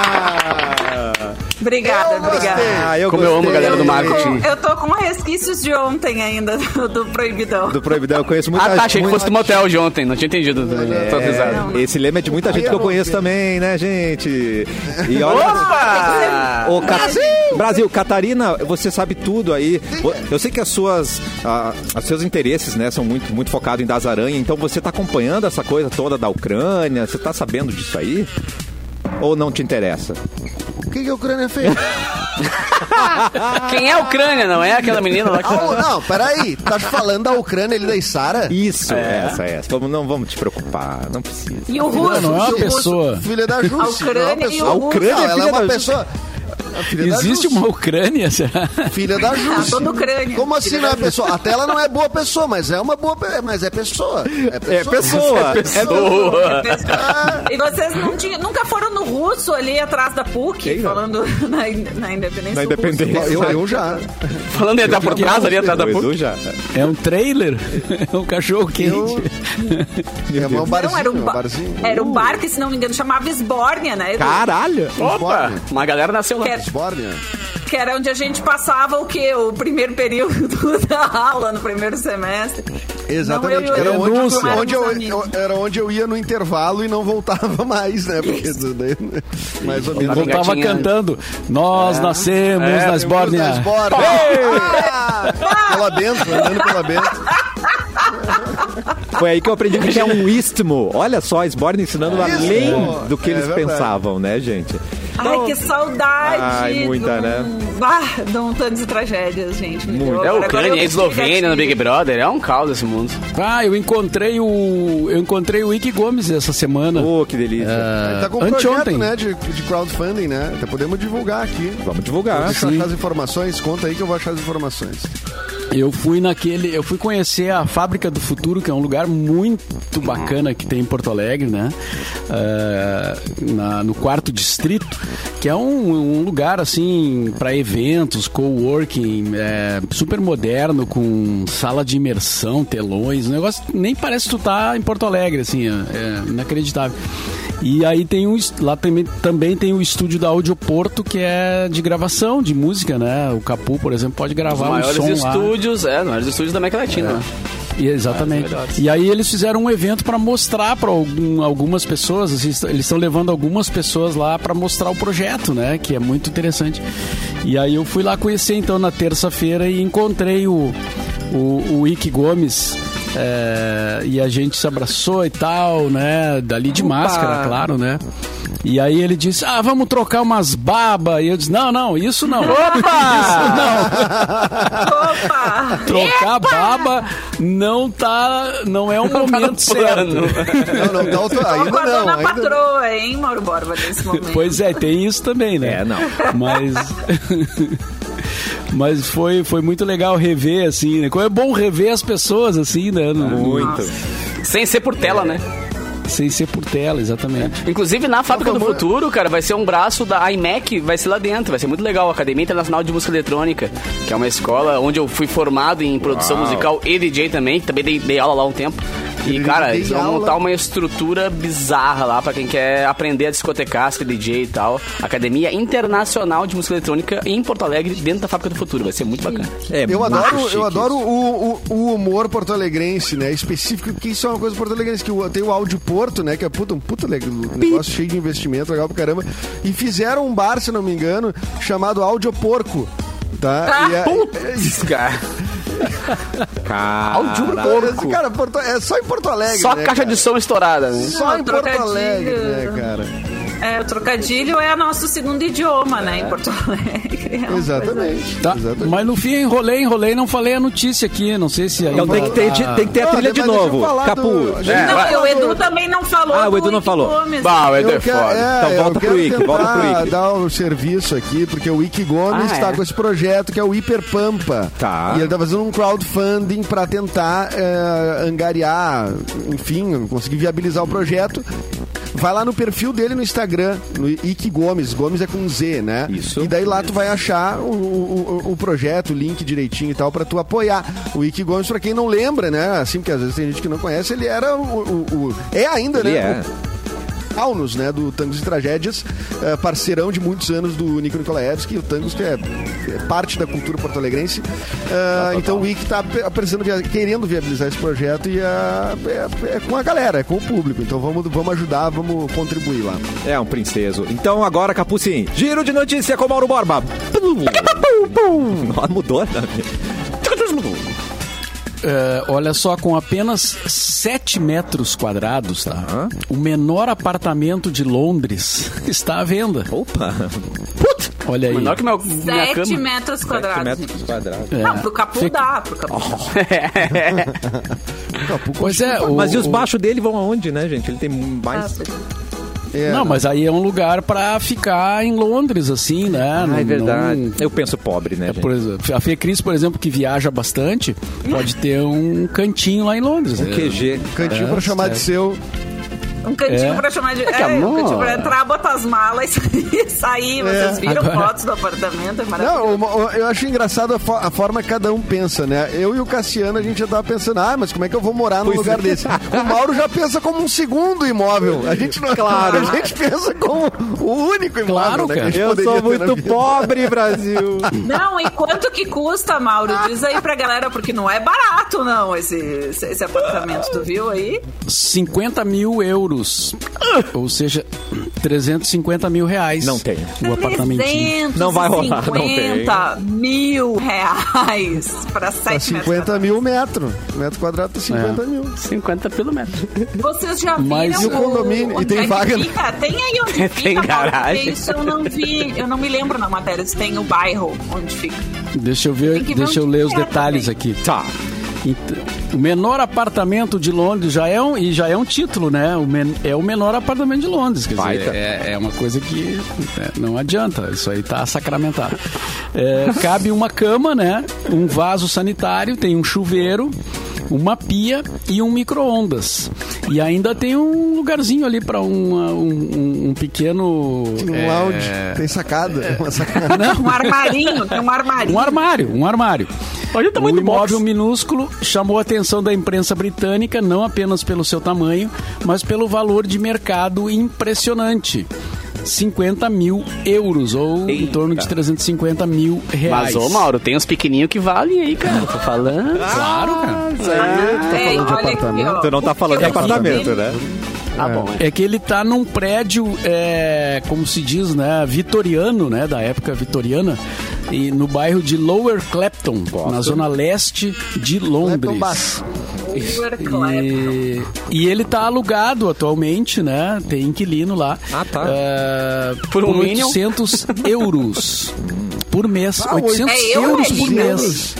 S3: Obrigada,
S5: Eu gostei.
S3: obrigada.
S1: Ah, eu
S2: Como eu amo a galera do
S1: gostei.
S2: marketing.
S3: Eu tô com resquícios de ontem ainda do, do Proibidão.
S1: Do Proibidão, eu conheço muita
S2: Ah, tá, achei que
S1: muita-
S2: fosse do motel de ontem. Não tinha entendido. Tô avisado.
S1: É, esse lema é de muita gente que eu conheço também, né, gente? E olha.
S2: Opa!
S1: Ô, Ca- Brasil! Catarina, você sabe tudo aí. Eu sei que as suas, ah, os seus interesses, né, são muito, muito focados em das aranha. Então você tá acompanhando essa coisa toda da Ucrânia? Você tá sabendo disso aí? Ou não te interessa?
S5: O que, que a Ucrânia fez?
S2: Quem é a Ucrânia, não é aquela menina lá que...
S5: Ah, não, peraí. Tá falando da Ucrânia ali da Isara?
S1: Isso,
S5: É.
S1: essa, essa. Vamos, não vamos te preocupar, não precisa.
S3: E o
S4: Não,
S3: russo,
S4: não
S3: o
S4: é uma
S3: russo.
S4: pessoa.
S5: Filha da Jússia.
S3: A Ucrânia
S5: não é uma
S3: e o
S5: pessoa-
S3: A Ucrânia
S5: Não,
S1: é
S5: ela é
S1: filha
S5: uma
S1: da
S5: pessoa... A filha da
S4: Existe
S5: Jússia.
S4: uma Ucrânia, será?
S5: Filha
S3: Ah,
S5: da Jússia.
S3: toda Ucrânia.
S5: Como assim
S3: tá Filha
S5: não é
S3: da Jússia.
S5: pessoa? Até ela não é boa pessoa, mas é uma boa... pe- Mas é pessoa. É
S1: É pessoa. É
S2: Pessoa.
S3: E vocês não tinham, nunca foram no russo ali atrás da PUC,
S1: Quem não?
S3: falando na, in- na independência.
S1: Na
S3: russa?
S1: independência.
S5: Eu, eu já.
S2: Falando em entrar por trás ali atrás da
S1: O Edu
S2: puta.
S1: já.
S4: É um trailer? É um cachorro quente.
S5: Eu- É um barzinho.
S3: Não, era um,
S5: um
S3: ba-
S5: barzinho.
S3: era um bar que, se não me engano, chamava Esbórnia, né? Edu?
S1: Caralho!
S2: Opa! Uma galera nasceu lá.
S3: Que, era-
S5: Esbórnia.
S3: que era onde a gente passava o quê? O primeiro período da aula, no primeiro semestre.
S5: Exatamente.
S3: Não, um eu e o
S5: era,
S3: Edu
S5: onde,
S4: Denúncia.
S5: eu- onde eu,
S3: éramos amigos.
S5: eu- era onde eu ia no intervalo e não voltava mais, né? Porque isso daí, né? mais ou menos.
S2: Voltava
S4: Eu tava
S2: Gatinha.
S4: cantando. Nós nascemos
S2: É,
S4: na
S5: Nas
S4: Esbórnia.
S5: bordas. Ah! pela Bento, andando pela Bento.
S1: Foi aí que eu aprendi o que é um istmo. Olha só, Sborne ensinando além do que
S5: É
S1: eles
S5: verdade.
S1: pensavam, né, gente? Então,
S3: Ai, que saudade!
S1: Ai, muita,
S3: do...
S1: né?
S3: Bah, dão um tanto de tragédias, gente. me deu.
S1: Muito.
S2: É
S3: Agora-
S2: o
S3: agora eu
S2: Ucrânia, é
S3: fiquei
S2: Eslovênia no
S3: gatilho.
S2: Big Brother, é um caos esse mundo.
S4: Ah, eu encontrei o. Eu encontrei o Ike Gomes essa semana.
S1: Oh, que delícia.
S4: Ah,
S5: Tá com um
S4: anteontem.
S5: projeto, né, de, de crowdfunding, né? Até podemos divulgar aqui.
S1: Vamos divulgar.
S5: Deixa eu achar as informações, conta aí que eu vou achar as informações.
S4: Eu fui naquele, eu fui conhecer a Fábrica do Futuro, que é um lugar muito bacana que tem em Porto Alegre, né? Ah, na- no quarto distrito, que é um, um lugar assim para eventos, coworking, é, super moderno com sala de imersão, telões, um negócio nem parece que tu tá em Porto Alegre, assim, é, é inacreditável. E aí tem um, est- lá também, também tem o estúdio da Audioporto, que é de gravação de música, né? O Capu, por exemplo, pode gravar
S2: Os
S4: gravar um
S2: maiores
S4: som lá.
S2: estúdios, é, os maiores estúdios da América Latina, né?
S4: E- Exatamente.
S2: Vários melhores.
S4: E aí eles fizeram um evento para mostrar para algumas pessoas, assim, est- eles estão levando algumas pessoas lá para mostrar o projeto, né, que é muito interessante. E aí eu fui lá conhecer então na terça-feira e encontrei o o, o Ike Gomes é, e a gente se abraçou e tal, né, dali de máscara, claro, né. E aí ele disse: "Ah, vamos trocar umas baba". E eu disse: "Não, não, isso não". Isso não.
S3: Opa!
S4: Trocar baba não tá. não é o momento certo.
S1: É um
S2: plano.
S5: Não, não, dá auto...
S3: Tô com
S5: ainda
S3: a
S5: não.
S3: dona
S5: Ainda... não.
S3: patroa, hein, Mauro Borba, nesse momento.
S4: Pois é, tem isso também, né?
S1: É, não.
S4: Mas. Mas foi, foi muito legal rever, assim, né? É bom rever as pessoas, assim, né? No-
S1: Ah, Muito.
S2: Sem ser por tela, né?
S4: Sem ser por tela, exatamente.
S2: Inclusive, na Fábrica do Futuro, cara, vai ser um braço da IMEC, vai ser lá dentro, vai ser muito legal. Academia Internacional de Música Eletrônica, que é uma escola onde eu fui formado em produção musical e DJ também, que também dei, dei aula lá um tempo. E,
S5: Dei
S2: cara, eles vão
S5: aula.
S2: montar uma estrutura bizarra lá pra quem quer aprender a discotecar, ser DJ e tal. Academia Internacional de Música Eletrônica em Porto Alegre, dentro da Fábrica do Futuro. Vai ser muito bacana.
S1: É
S5: Eu
S1: muito
S5: adoro, eu
S1: chique
S5: adoro o, o- o humor porto-alegrense, né? Específico, que isso é uma coisa porto-alegrense, que o- tem o áudio Porto, né? Que é puta, um puta le- um negócio cheio de investimento, legal pra caramba. E fizeram um bar, se não me engano, chamado Áudio Porco.
S2: Ah,
S5: Tá? E é-
S2: Putz, cara.
S1: isso. Cara,
S2: Áudio
S5: Esse Cara, Porto- é só em Porto Alegre.
S2: Só
S5: né,
S2: caixa
S5: cara?
S2: de som estourada, né?
S5: Só em Porto
S3: Trocadilho.
S5: Alegre, né, cara?
S3: É, o trocadilho é nosso segundo idioma, né, em Porto Alegre. É uma
S5: Exatamente.
S4: Tá?
S5: exatamente.
S4: Mas no fim, enrolei, enrolei, não falei a notícia aqui. Não sei se. aí
S1: Então tem
S4: vai
S1: que ter,
S4: dar-
S1: tem que ter a
S5: Olha,
S1: trilha de
S5: mas deixa eu
S1: novo.
S5: falar
S1: Capu.
S5: do- a gente
S2: É,
S3: Não,
S2: vai.
S3: e o Edu também não falou.
S1: Ah, o
S3: do
S1: Edu não
S3: Rick
S1: falou.
S3: Gomes.
S2: Bah, o Edu é
S5: Eu quero-
S2: foda.
S5: é,
S1: Então
S5: eu
S1: volta pro
S5: quero
S1: Ike, volta pro
S5: tentar
S1: Ike.
S5: dar o serviço aqui, porque o Ike Gomes
S2: Ah,
S5: está
S2: é.
S5: com esse projeto que é o Hiper Pampa.
S1: Tá.
S5: E ele tá fazendo um crowdfunding para tentar eh, angariar, enfim, conseguir viabilizar o projeto. Vai lá no perfil dele no Instagram, no Ike Gomes. Gomes é com Z, né?
S1: Isso.
S5: E daí lá tu vai achar o, o- o- o projeto, o link direitinho e tal, pra tu apoiar. O Ike Gomes, pra quem não lembra, né? Assim, porque às vezes tem gente que não conhece, ele era o. o- o- é ainda,
S1: Ele
S5: né?
S1: é.
S5: O- Aunus, né, do Tangos e Tragédias, eh, parceirão de muitos anos do Nico Nikolaevski, o Tangos que é, é parte da cultura porto-alegrense.
S4: Ah,
S5: Eh,
S4: tá,
S5: então o Wiki está apresentando, via- querendo viabilizar esse projeto e ah, é, é com a galera, é com o público. Então vamos, vamos ajudar, vamos contribuir lá.
S1: É um princeso. Então agora, Capu, sim. Giro de notícia com Mauro Borba. Nossa, Mudou, né?
S4: É, olha só, com apenas 7 metros quadrados, tá? O menor apartamento de Londres está à venda.
S1: Opa.
S4: Olha aí.
S2: Menor que meu, é minha
S3: Sete
S2: cama.
S3: metros quadrados.
S1: metros quadrados.
S4: É.
S3: Não, pro Capu
S4: Fica-
S3: dá, pro Capu.
S4: Pois é,
S3: tá
S4: o-
S1: Mas e os
S4: o-
S1: baixos dele vão aonde, né, gente? Ele tem
S3: dá.
S1: mais...
S5: É,
S4: Não, mas aí é um lugar pra ficar em Londres, assim, né?
S1: Ah, é
S4: Não-
S3: Ah,
S4: não-
S1: Eu penso pobre, né,
S4: É,
S1: gente?
S4: por exemplo, a Fê Cris, por exemplo, que viaja bastante, pode ter um cantinho lá em Londres.
S1: Um QG.
S5: Cantinho pra
S4: É,
S5: chamar de
S4: é.
S5: seu.
S3: Um cantinho
S4: É.
S3: pra chamar de. É,
S4: que
S3: um
S4: amor.
S3: cantinho pra entrar, botar as malas e sair. Vocês viram
S4: Agora-
S3: fotos do apartamento? É maravilhoso.
S5: Não, o- o- eu acho engraçado a, fo- a forma que cada um pensa, né? Eu e o Cassiano, a gente já tava pensando, ah, mas como é que eu vou morar num
S1: Pois
S5: lugar
S1: é.
S5: desse? O Mauro já pensa como um segundo imóvel. A gente não, claro. A gente pensa como o único imóvel.
S4: Claro,
S5: né, que a gente
S1: Eu
S5: poderia
S1: sou
S5: ter na
S1: muito
S5: vida.
S1: pobre, Brasil.
S3: Não, e quanto que custa, Mauro? Diz aí pra galera, porque não é barato, não, esse, esse esse apartamento, tu viu aí?
S4: 50 mil euros, ou seja, 350 mil reais.
S1: Ah! Não tem.
S4: O apartamentinho.
S3: 350
S1: Não vai rolar, não tem.
S3: mil reais pra
S5: Tá
S3: 7
S5: 50 mil metros. Metro quadrado tá 50 mil.
S2: 50 pelo metro.
S3: Vocês já viram
S4: Mas
S5: e o condomínio?
S3: onde
S5: E tem
S3: é que
S5: vaga, né?
S3: fica? Tem aí onde fica,
S2: Tem
S3: Paulo,
S2: garagem.
S3: porque Isso eu não vi, eu não me lembro na matéria se tem o bairro onde fica.
S4: Deixa eu ver,
S3: Tem que ver
S4: deixa eu
S3: onde que
S4: ler os
S3: é
S4: detalhes
S3: também.
S4: aqui.
S1: Tá.
S4: Ent- O menor apartamento de Londres já é um, e já é um título, né? O men- é o menor apartamento de Londres. Quer
S1: Baita.
S4: dizer, é, é uma coisa que é, não adianta. Isso aí tá sacramentado. É, cabe uma cama, né? Um vaso sanitário, tem um chuveiro, uma pia e um micro-ondas. E ainda tem um lugarzinho ali para um, um, um pequeno.
S5: Tem um
S4: é,
S5: lounge, tem sacada. Uma sacada.
S3: Um armarinho, tem um armarinho.
S4: um armário, um armário.
S2: Olha o tamanho
S4: o
S2: do tá box.
S4: imóvel minúsculo chamou a atenção da imprensa britânica não apenas pelo seu tamanho, mas pelo valor de mercado impressionante. 50 mil euros, ou em
S2: Eita.
S4: torno de 350 mil reais.
S2: Mas, ô, Mauro, tem uns pequenininhos que valem aí, cara. Tô falando.
S4: Claro,
S2: Ah,
S4: cara.
S3: É,
S5: falando de
S3: olha
S5: apartamento?
S3: ó,
S1: Tu não tá
S3: o que
S1: falando de
S3: eu vi
S1: apartamento, né?
S2: Tá bom.
S4: É que ele tá num prédio, é, como se diz, né, vitoriano, né, da época vitoriana, e no bairro de Lower Clapton, na zona leste de Londres.
S5: Bass.
S3: Uber Clap.
S4: E, e ele tá alugado atualmente, né? Tem inquilino lá.
S1: Ah, tá.
S4: Eh,
S2: Por
S4: por,
S2: um mínimo.
S4: 800 euros por mês.
S5: Ah,
S4: 800
S3: é euro,
S4: euros
S3: é
S4: por
S3: libra.
S4: mês.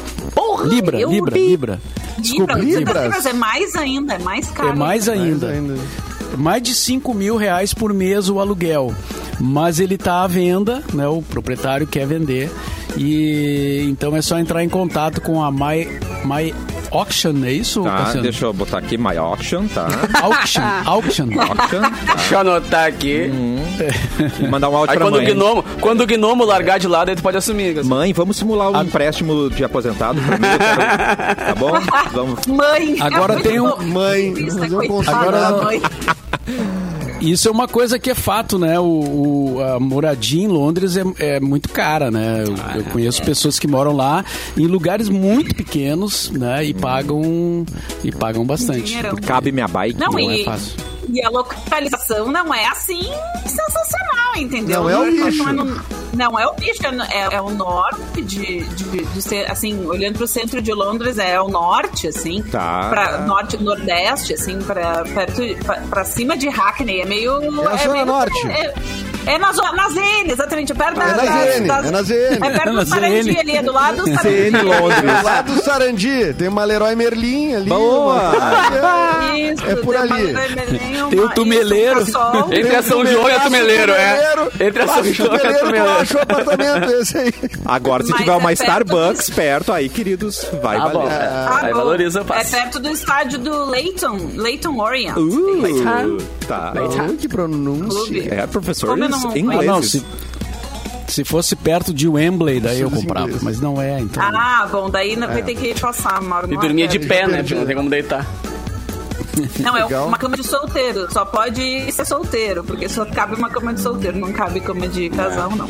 S4: libra,
S3: euro.
S4: libra, libra. É Desculpa,
S3: Libras,
S5: Libras.
S3: Mas é mais ainda, é mais caro.
S4: É mais
S5: Ainda.
S4: ainda. Mais de 5 mil reais por mês o aluguel. Mas ele tá à venda, né? O proprietário quer vender. E então é só entrar em contato com a My, My Auction, é isso,
S1: Tá,
S4: Cassiano?
S1: deixa eu botar aqui My Auction, tá?
S4: Auction, auction.
S1: Auction.
S2: Deixa eu anotar aqui.
S1: E mandar um áudio
S2: Aí
S1: pra
S2: quando o,
S1: mãe.
S2: gnomo, quando o gnomo largar de lado, aí tu pode assumir. Assim.
S1: Mãe, vamos simular um empréstimo de aposentado pra mim, eu quero- tá bom? Vamos.
S3: Mãe,
S4: Agora
S3: é muito
S4: tem um-
S3: bom.
S5: Mãe,
S3: Isso,
S5: fazer um
S3: coitada
S5: contrato.
S3: da
S4: Agora-
S3: mãe.
S4: Isso é uma coisa que é fato, né? O, o- a moradia em Londres é, é muito cara, né? Eu,
S5: Ah, é.
S4: eu conheço pessoas que moram lá em lugares muito pequenos, né?
S5: Hum.
S4: E pagam e pagam bastante.
S3: Dinheirão.
S1: Cabe minha bike.
S3: Não,
S4: Não
S3: e,
S4: é fácil.
S3: e a localização não é assim sensacional, entendeu?
S5: Não é o lixo.
S3: Não, é no- não é o bicho, é, no- é- é o norte de, de, de ser, assim, olhando pro centro de Londres, é o norte, assim.
S1: Tá.
S3: Pra norte, nordeste, assim, pra, perto, pra, pra cima de Hackney. É meio...
S5: É a zona
S3: meio-
S5: norte.
S3: É, é na, zona- na ZN, exatamente. É perto
S5: É na ZN, é na ZN.
S3: É perto
S4: É na
S3: do Sarandi
S4: ZN.
S3: ali, é do lado do Sarandi.
S1: CN Londres.
S5: Lá do Sarandi, tem uma Leroy Merlin ali.
S1: Boa!
S5: uma-
S3: Isso,
S5: É por
S3: tem uma-
S5: ali.
S3: tem né, uma-
S4: Tem o
S3: isso,
S4: Tumeleiro. É
S3: um sol.
S2: Entre a São João e a Tumeleiro, é. Entre a São
S5: Baixo
S2: João e a
S5: Tumeleiro, tu
S2: Tumeleiro.
S5: acha o apartamento esse aí.
S1: Agora, se
S3: Mas
S1: tiver
S3: é
S1: uma
S3: perto
S1: Starbucks perto, aí, queridos, vai
S2: Tá bom.
S1: valer.
S3: Ah,
S2: Aí
S3: bom.
S2: valoriza o passo.
S3: É perto do estádio do Leighton, Leighton Orient.
S1: Uh, tá.
S5: Ui, que pronúncia.
S3: Clube.
S1: É,
S3: Como eu
S1: professores
S3: não-
S4: Ah,
S1: ingleses.
S4: não, se, se fosse perto de Wembley, daí eu
S5: Preciso de
S4: comprava.
S5: inglês.
S4: Mas não é, então.
S3: Ah, bom, daí não- vai ter que passar, Mauro.
S2: E
S3: não
S2: dormia de
S3: adianta.
S2: pé, né? Porque não tem como deitar.
S3: Não, é
S5: Legal.
S3: uma cama de solteiro. Só pode ser solteiro, porque só cabe uma cama de solteiro, não cabe cama de
S2: É.
S3: casal, não.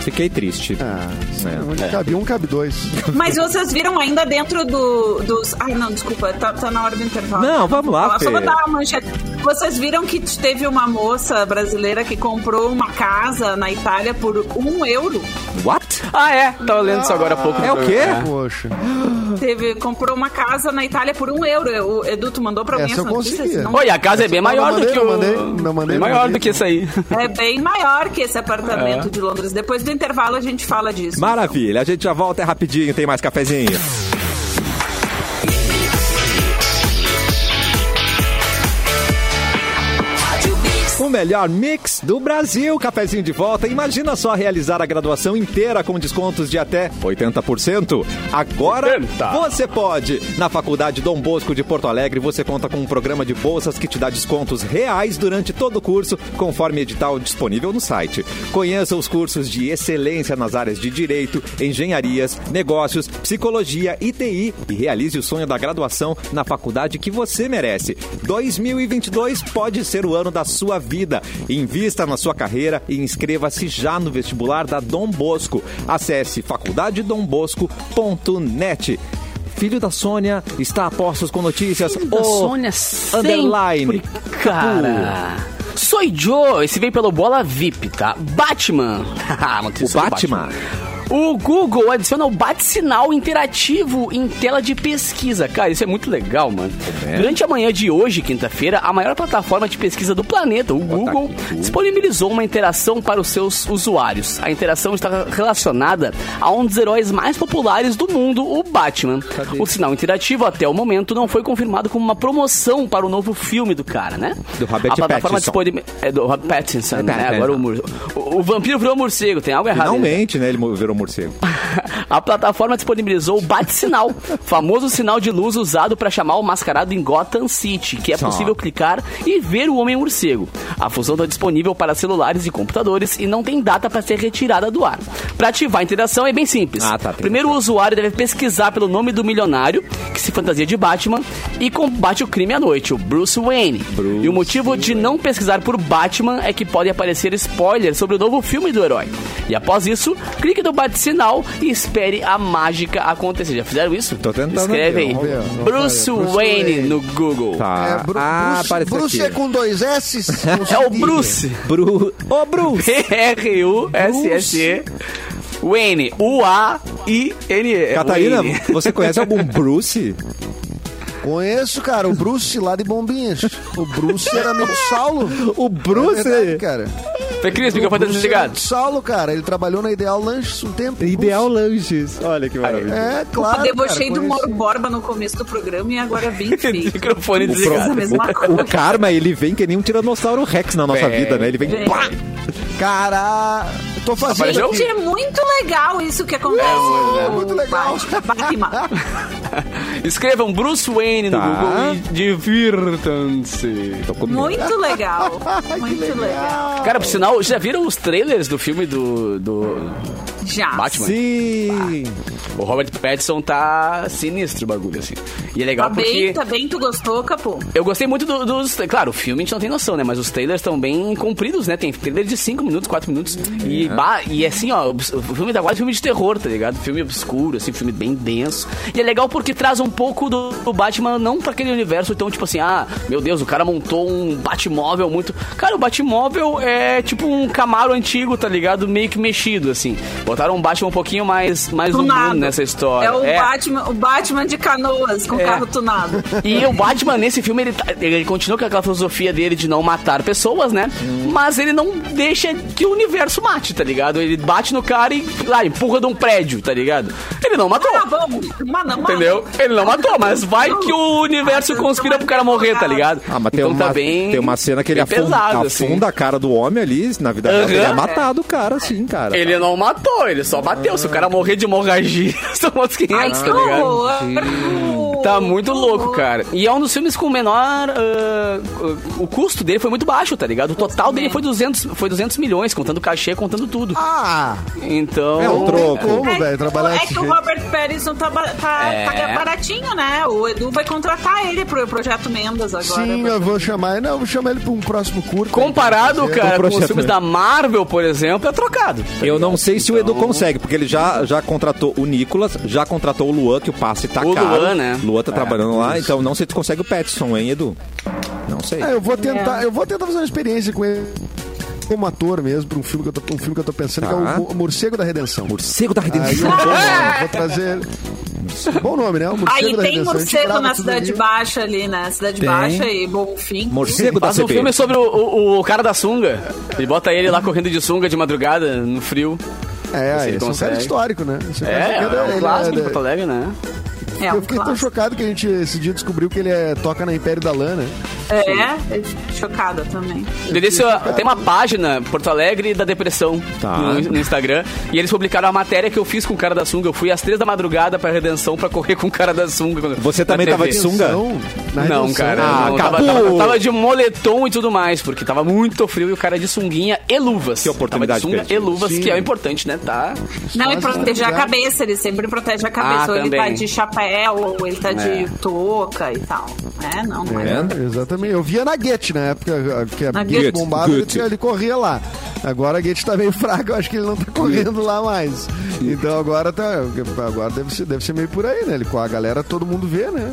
S1: Fiquei triste.
S5: Ah,
S1: É.
S5: onde cabe um, cabe dois.
S3: Mas vocês viram ainda dentro do, dos. Ai, não, desculpa, tá, tá na hora do intervalo.
S1: Não, vamos lá,
S3: Falar, Só vou
S1: Fê.
S3: dar uma manchete. Vocês viram que teve uma moça brasileira que comprou uma casa na Itália por um euro?
S1: What?
S2: Ah, é. Tava lendo isso agora há pouco.
S1: É o quê?
S5: Poxa.
S3: Teve, comprou uma casa na Itália por um euro. O Edu, tu mandou pra mim
S5: Essa eu
S3: notícia?
S5: conseguia.
S3: Não-
S2: Oi, a casa é bem
S5: Não, não
S2: maior do
S5: mandei,
S2: que
S5: não
S2: o...
S5: mandei, não mandei,
S2: é
S5: não
S2: maior do
S5: mandei.
S2: que isso aí.
S3: É bem maior que esse apartamento de Londres. Depois do intervalo a gente fala disso.
S1: Maravilha, a gente já volta, é rapidinho, tem mais cafezinho. O melhor mix do Brasil, cafezinho de volta. Imagina só realizar a graduação inteira com descontos de até 80%. Agora
S2: 80.
S1: você pode. Na Faculdade Dom Bosco de Porto Alegre, você conta com um programa de bolsas que te dá descontos reais durante todo o curso, conforme edital disponível no site. Conheça os cursos de excelência nas áreas de direito, engenharias, negócios, psicologia, ITI e realize o sonho da graduação na faculdade que você merece. 2022 pode ser o ano da sua vida. Invista na sua carreira e inscreva-se já no vestibular da Dom Bosco. Acesse faculdadedombosco.net. filho da Sônia, está a postos com notícias.
S2: da
S1: O
S2: Sônia
S1: underline.
S2: sempre, cara. Soy Joe, esse veio pelo Bola VIP, tá? Batman. Ah, Haha, notícia do
S1: Batman.
S2: O Google adiciona o bate-sinal interativo em tela de pesquisa. Cara, isso é muito legal, mano.
S1: É.
S2: Durante a manhã de hoje, quinta-feira, a maior plataforma de pesquisa do planeta, o Google, disponibilizou uma interação para os seus usuários. A interação está relacionada a um dos heróis mais populares do mundo, o Batman. O sinal interativo, até o momento, não foi confirmado como uma promoção para o novo filme do cara, né?
S1: Do Robert
S2: a plataforma
S1: Pattinson.
S2: disponibil- É do Robert Pattinson, né?
S1: Pattinson.
S2: Agora o, mur... o, o vampiro virou morcego, tem algo errado. aí.
S1: Finalmente, né? Ele mo- virou morcego.
S5: Ah,
S2: A plataforma disponibilizou o bate-sinal, famoso sinal de luz usado para chamar o mascarado em Gotham City, que é
S1: Só.
S2: possível clicar e ver o Homem-Morcego. A função está disponível para celulares e computadores e não tem data para ser retirada do ar. Para ativar a interação é bem simples.
S1: Ah, tá, tem
S2: Primeiro, o usuário deve pesquisar pelo nome do milionário, que se fantasia de Batman e combate o crime à noite, o Bruce Wayne. e o motivo de não pesquisar por Batman é que podem aparecer spoilers sobre o novo filme do herói. E após isso, clique no bate-sinal e espere a mágica acontecer. Já fizeram isso?
S1: Tô tentando
S2: Escreve
S1: aqui,
S2: aí.
S5: vamos ver, vamos
S2: Bruce,
S5: ver. Bruce
S2: Wayne,
S5: Wayne.
S2: no Google.
S1: Tá.
S5: É, Bru-
S1: ah,
S5: Bruce,
S1: apareceu
S5: Bruce é
S1: aqui.
S5: com dois S.
S2: É o Bruce.
S1: Bru... Ô, Bruce!
S2: R-U-S-S-E. Wayne. U-A-I-N-E.
S1: Catarina,
S2: Wayne.
S1: você conhece algum Bruce?
S5: Conheço, cara, o Bruce lá de Bombinhas. O Bruce era meu Saulo.
S1: O
S5: É
S1: Bruce?
S5: verdade, cara.
S2: Foi Cris, o microfone tá
S5: Bruce era
S2: desligado.
S5: meu Saulo, cara, ele trabalhou na Ideal Lanches um tempo.
S1: Ideal Lanches. Olha que maravilha.
S5: Bruce. É,
S3: Eu
S5: claro.
S3: debochei
S5: cara,
S3: do né, Mauro
S5: conheci.
S3: Borba no começo do programa e agora vim feito.
S2: Microfone
S1: O, pro-
S2: desligado.
S3: a mesma
S1: o-
S3: coisa.
S1: o karma, ele vem que nem um tiranossauro rex na nossa
S2: Vem. Tá
S1: vida, né? Ele vem...
S3: Vem.
S1: Pá!
S5: Cara, tô
S1: tá
S5: fazendo.
S2: Apareceu?
S5: aqui.
S3: Gente, é muito legal isso que acontece.
S5: é
S3: com o
S5: muito legal.
S3: Batman. Batman.
S2: Escrevam Bruce Wayne
S1: Tá.
S2: no um Google e divirtam-se.
S1: Tô com medo.
S3: Muito legal. Muito legal.
S2: Cara, por sinal, já viram os trailers do filme do, do
S3: Já.
S2: Batman?
S1: Sim!
S2: O Robert Pattinson tá sinistro o bagulho, assim. E é
S3: Tá
S2: legal
S3: bem,
S2: porque...
S3: tá bem, tu gostou, Capô?
S2: Eu gostei muito do- dos... Claro, o filme a gente não tem noção, né? Mas os trailers estão bem compridos, né? Tem trailer de 5 minutos, 4 minutos.
S3: É.
S2: E, bah, e assim, ó, o filme da quase filme de terror, tá ligado? Filme obscuro, assim, filme bem denso. E é legal porque traz um pouco do, do Batman, não pra aquele universo, então, tipo assim, ah, meu Deus, o cara montou um Batmóvel muito. Cara, o Batmóvel é tipo um Camaro antigo, tá ligado? Meio que mexido, assim. Botaram um Batman um pouquinho mais, mais humano
S3: Tunado.
S2: nessa história.
S3: É o, Batman, o Batman de canoas com
S2: É.
S3: carro tunado.
S2: E o Batman, nesse filme, ele, tá- ele continua com aquela filosofia dele de não matar pessoas, né?
S1: Uhum.
S2: Mas ele não deixa que o universo mate, tá ligado? Ele bate no cara e lá, empurra de um prédio, tá ligado? Ele não matou.
S3: Tá bom, mas não,
S2: Entendeu? Ele não matou, mas vai que o
S3: Ah,
S2: universo conspira pro cara morrer, tá ligado?
S1: Ah, mas tem,
S2: então
S1: uma,
S2: tá bem.
S1: tem uma cena que ele
S2: bem
S1: afunda,
S2: pesado, assim.
S1: afunda a cara do homem ali, na vida dela,
S2: Aham.
S1: ele é matado o cara, sim, cara.
S2: Ele é não matou, ele só bateu. Se o cara morrer de hemorragia, são outros 500,
S3: Ai,
S2: tá
S3: que
S2: ligado?
S3: horror.
S2: Tá muito
S3: Que
S2: louco,
S3: horror.
S2: cara. E é um dos filmes com menor. ah, o custo dele foi muito baixo, tá ligado? O total dele foi 200, foi 200 milhões, contando cachê, contando tudo.
S5: Ah,
S2: Então.
S1: É um
S5: não tem
S1: troco.
S5: como, velho, trabalhar
S3: é
S5: desse
S3: que o
S5: jeito.
S3: Robert Pattinson tá, ba- tá-
S2: É.
S3: tá baratinho, né? O Edu vai contratar ele pro projeto Mendas agora.
S5: Sim, eu vou chamar. Não, eu vou chamar ele pra um próximo curto.
S2: Comparado,
S5: um
S2: cara, com os
S1: projetando.
S2: filmes da Marvel, por exemplo, é trocado. tá
S1: Eu
S2: ligado?
S1: não sei se o Edu consegue, porque ele já, já contratou o Nicolas, já contratou o Luan, que o passe tá
S2: O Luan,
S1: caro.
S2: né?
S1: Luan tá trabalhando lá, então não sei se tu consegue o Petson, hein, Edu? Não sei.
S5: É, eu vou tentar, eu vou tentar fazer uma experiência com ele como ator mesmo, pra um filme que eu tô, um filme que eu tô pensando, que é
S1: Tá.
S5: o Mo- Morcego da Redenção.
S1: Morcego da
S5: Aí
S1: Redenção.
S5: eu vou, eu vou trazer. Bom nome, né? O Morcego
S3: Aí
S5: da
S3: tem
S5: Redenção. A gente
S3: morcego
S5: grava
S3: na
S5: tudo
S3: Cidade
S5: ali.
S3: Baixa ali, né? Cidade
S1: Tem.
S3: Baixa e Bom Fim.
S1: Morcego da
S2: Faz um
S1: CP.
S2: filme sobre o, o- o cara da sunga. Ele bota ele lá correndo de sunga de madrugada, no frio.
S5: É,
S2: Você
S5: esse é um
S2: consegue.
S5: cara histórico, né? Esse
S2: É,
S5: cara
S2: é,
S5: ele
S2: um clássico de
S5: ele
S2: Porto Alegre, né?
S3: É,
S5: Eu
S3: um
S5: fiquei tão
S3: tá clássico.
S5: chocado que a gente esse dia descobriu que ele é, toca na Império da Lã, né?
S3: É, eu fiquei chocada também.
S2: Ele disse, ó, tem uma página, Porto Alegre da Depressão,
S1: Tá.
S2: no, no Instagram. E eles publicaram a matéria que eu fiz com o cara da sunga. Eu fui às três da madrugada pra Redenção pra correr com o cara da sunga. quando-
S1: Você
S2: na
S1: também
S2: TV.
S1: tava de sunga?
S5: Não, na
S2: Não,
S5: Redenção.
S2: cara.
S1: Ah,
S2: não, tava,
S1: acabou.
S2: tava, tava de moletom e tudo mais, porque tava muito frio e o cara é de sunguinha e luvas.
S1: Que oportunidade
S2: Tava de sunga
S1: perdida.
S2: e luvas,
S5: Sim.
S2: que é o importante, né? Tá.
S3: Não, e
S5: Faz
S3: proteger a
S5: lugar.
S3: cabeça, ele sempre protege a
S2: Ah,
S3: cabeça. ou ele tá
S2: também.
S3: de chapéu, ou ele tá
S2: É.
S3: de touca e tal. É, não, não é.
S1: vendo?
S5: É, também. Eu via na Get na época, que a
S3: Na
S5: Get
S3: Get.
S5: bombava, ele,
S1: Get.
S5: tinha- ele corria lá. Agora a Get tá meio fraca, eu acho que ele não tá correndo lá mais. Então agora tá. Agora deve ser, deve ser meio por aí, né? Ele, com a galera todo mundo vê, né?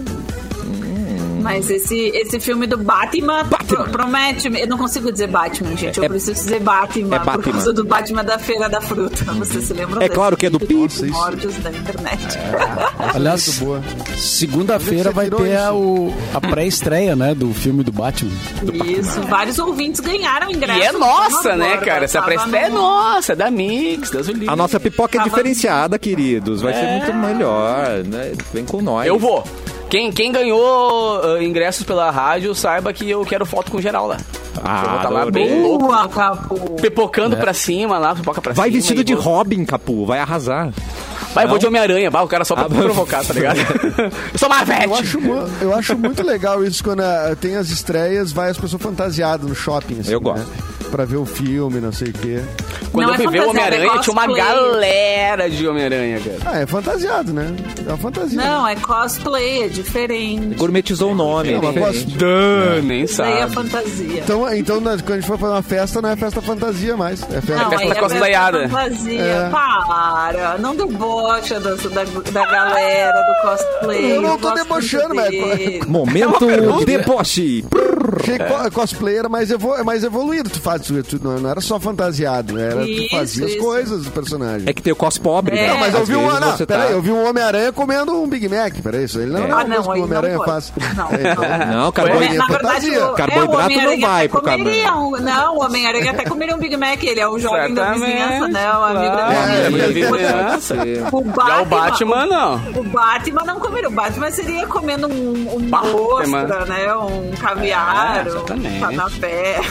S3: Mas esse, esse filme do Batman, pro- promete. Eu não consigo dizer Batman, gente. Eu
S1: É-
S3: preciso dizer Batman,
S1: é Batman.
S3: por causa do Batman da Feira da Fruta. Vocês se lembram
S1: É
S3: desse
S1: claro que é do
S3: filme?
S1: Pix, isso. É,
S3: Primórdios da internet.
S5: Muito
S4: Aliás,
S5: boa. Onde
S4: segunda-feira
S5: é
S4: vai
S5: que você
S4: ter a,
S5: tirou
S4: o- a pré-estreia, né, do filme do Batman.
S3: Isso, vários ouvintes ganharam ingresso.
S2: E é nossa,
S3: Agora,
S2: né, cara? Essa
S3: tava
S2: pré-estreia é
S3: no-
S2: nossa, é da Mix, das Olivas.
S1: A nossa pipoca
S2: Ah,
S1: é
S3: Tava-
S1: diferenciada, queridos. Vai ser muito melhor, né? Vem com nós.
S2: É. Eu vou. Quem, quem ganhou ah, ingressos pela rádio, saiba que eu quero foto com geral lá.
S1: Ah,
S2: eu vou estar lá
S1: adorei.
S2: bem louco,
S3: Boa, Capu.
S2: pipocando pra cima lá, pipoca pra
S1: Vai
S2: cima.
S1: vestido
S2: e
S1: de
S2: vou-
S1: Robin, Capu. Vai arrasar.
S2: Vai, eu vou de Homem-Aranha, vai, o cara só pra
S1: Ah,
S2: provocar, tá ligado? eu sou
S5: Eu
S2: Marvete!
S5: acho, mu- eu acho muito legal isso quando ah, tem as estreias, vai as pessoas fantasiadas no shopping. assim,
S1: Eu gosto.
S5: Né? Pra ver o filme, não sei o quê.
S2: Quando
S3: Não,
S2: eu
S3: é
S2: fui ver o
S3: fantasia,
S2: Homem-Aranha,
S3: é
S2: tinha uma
S3: cosplay.
S2: galera de Homem-Aranha, cara.
S5: Ah, é fantasiado, né? É uma fantasia.
S3: Não, é cosplay, é diferente.
S1: Gourmetizou o nome.
S5: É uma
S1: Diferente.
S5: voz-
S2: Dan, nem
S3: Daí é
S2: sabe.
S3: fantasia.
S5: Então, então na- quando a gente for fazer uma festa, não é festa fantasia mais. É festa.
S3: Não,
S2: festa
S3: aí é
S2: cosplayada.
S3: festa Fantasia,
S5: É.
S3: para. Não debocha da, da, da galera, do cosplay.
S5: Eu não tô
S3: do cosplay
S5: debochando,
S3: dele.
S2: É
S1: Momento deboche. É.
S5: Achei co- cosplay era mais, evo é mais evoluído. Tu faz, tu, tu- não, não era só fantasiado, né? era tu
S3: Isso,
S5: fazia as
S3: isso.
S5: coisas do personagem.
S1: É que tem o cos pobre.
S3: É.
S1: né?
S5: Não, mas eu
S1: Às
S5: vi um,
S1: vezes
S5: não,
S1: você
S5: peraí,
S1: tá-
S5: eu vi um Homem-Aranha comendo um Big Mac, peraí, isso aí não é,
S3: Ah,
S5: uma coisa
S3: não,
S5: que
S3: aí
S5: o
S3: não
S5: Homem-Aranha
S3: pode.
S5: faz.
S3: Não,
S5: É,
S3: não.
S1: Não,
S3: O
S1: carboidrato.
S5: Homem-
S3: Homem- na verdade,
S5: fantasia.
S3: o,
S1: Carboidrato
S3: é, o
S1: não
S3: Homem-Aranha
S1: vai
S3: até
S1: pro
S3: comeria um- Não, o Homem-Aranha até comeria um Big Mac. Ele é um jovem da
S2: Exatamente,
S3: vizinhança, né? O amigo da
S2: claro,
S5: é,
S3: vizinhança.
S5: amigo da
S2: vizinhança.
S3: O
S2: Já
S3: Batman,
S2: o Batman, não.
S3: O Batman não comeria. O Batman seria comendo um, um
S2: Batman.
S3: ostra, né? Um caviar,
S2: É,
S3: um
S2: exatamente.
S3: canapé.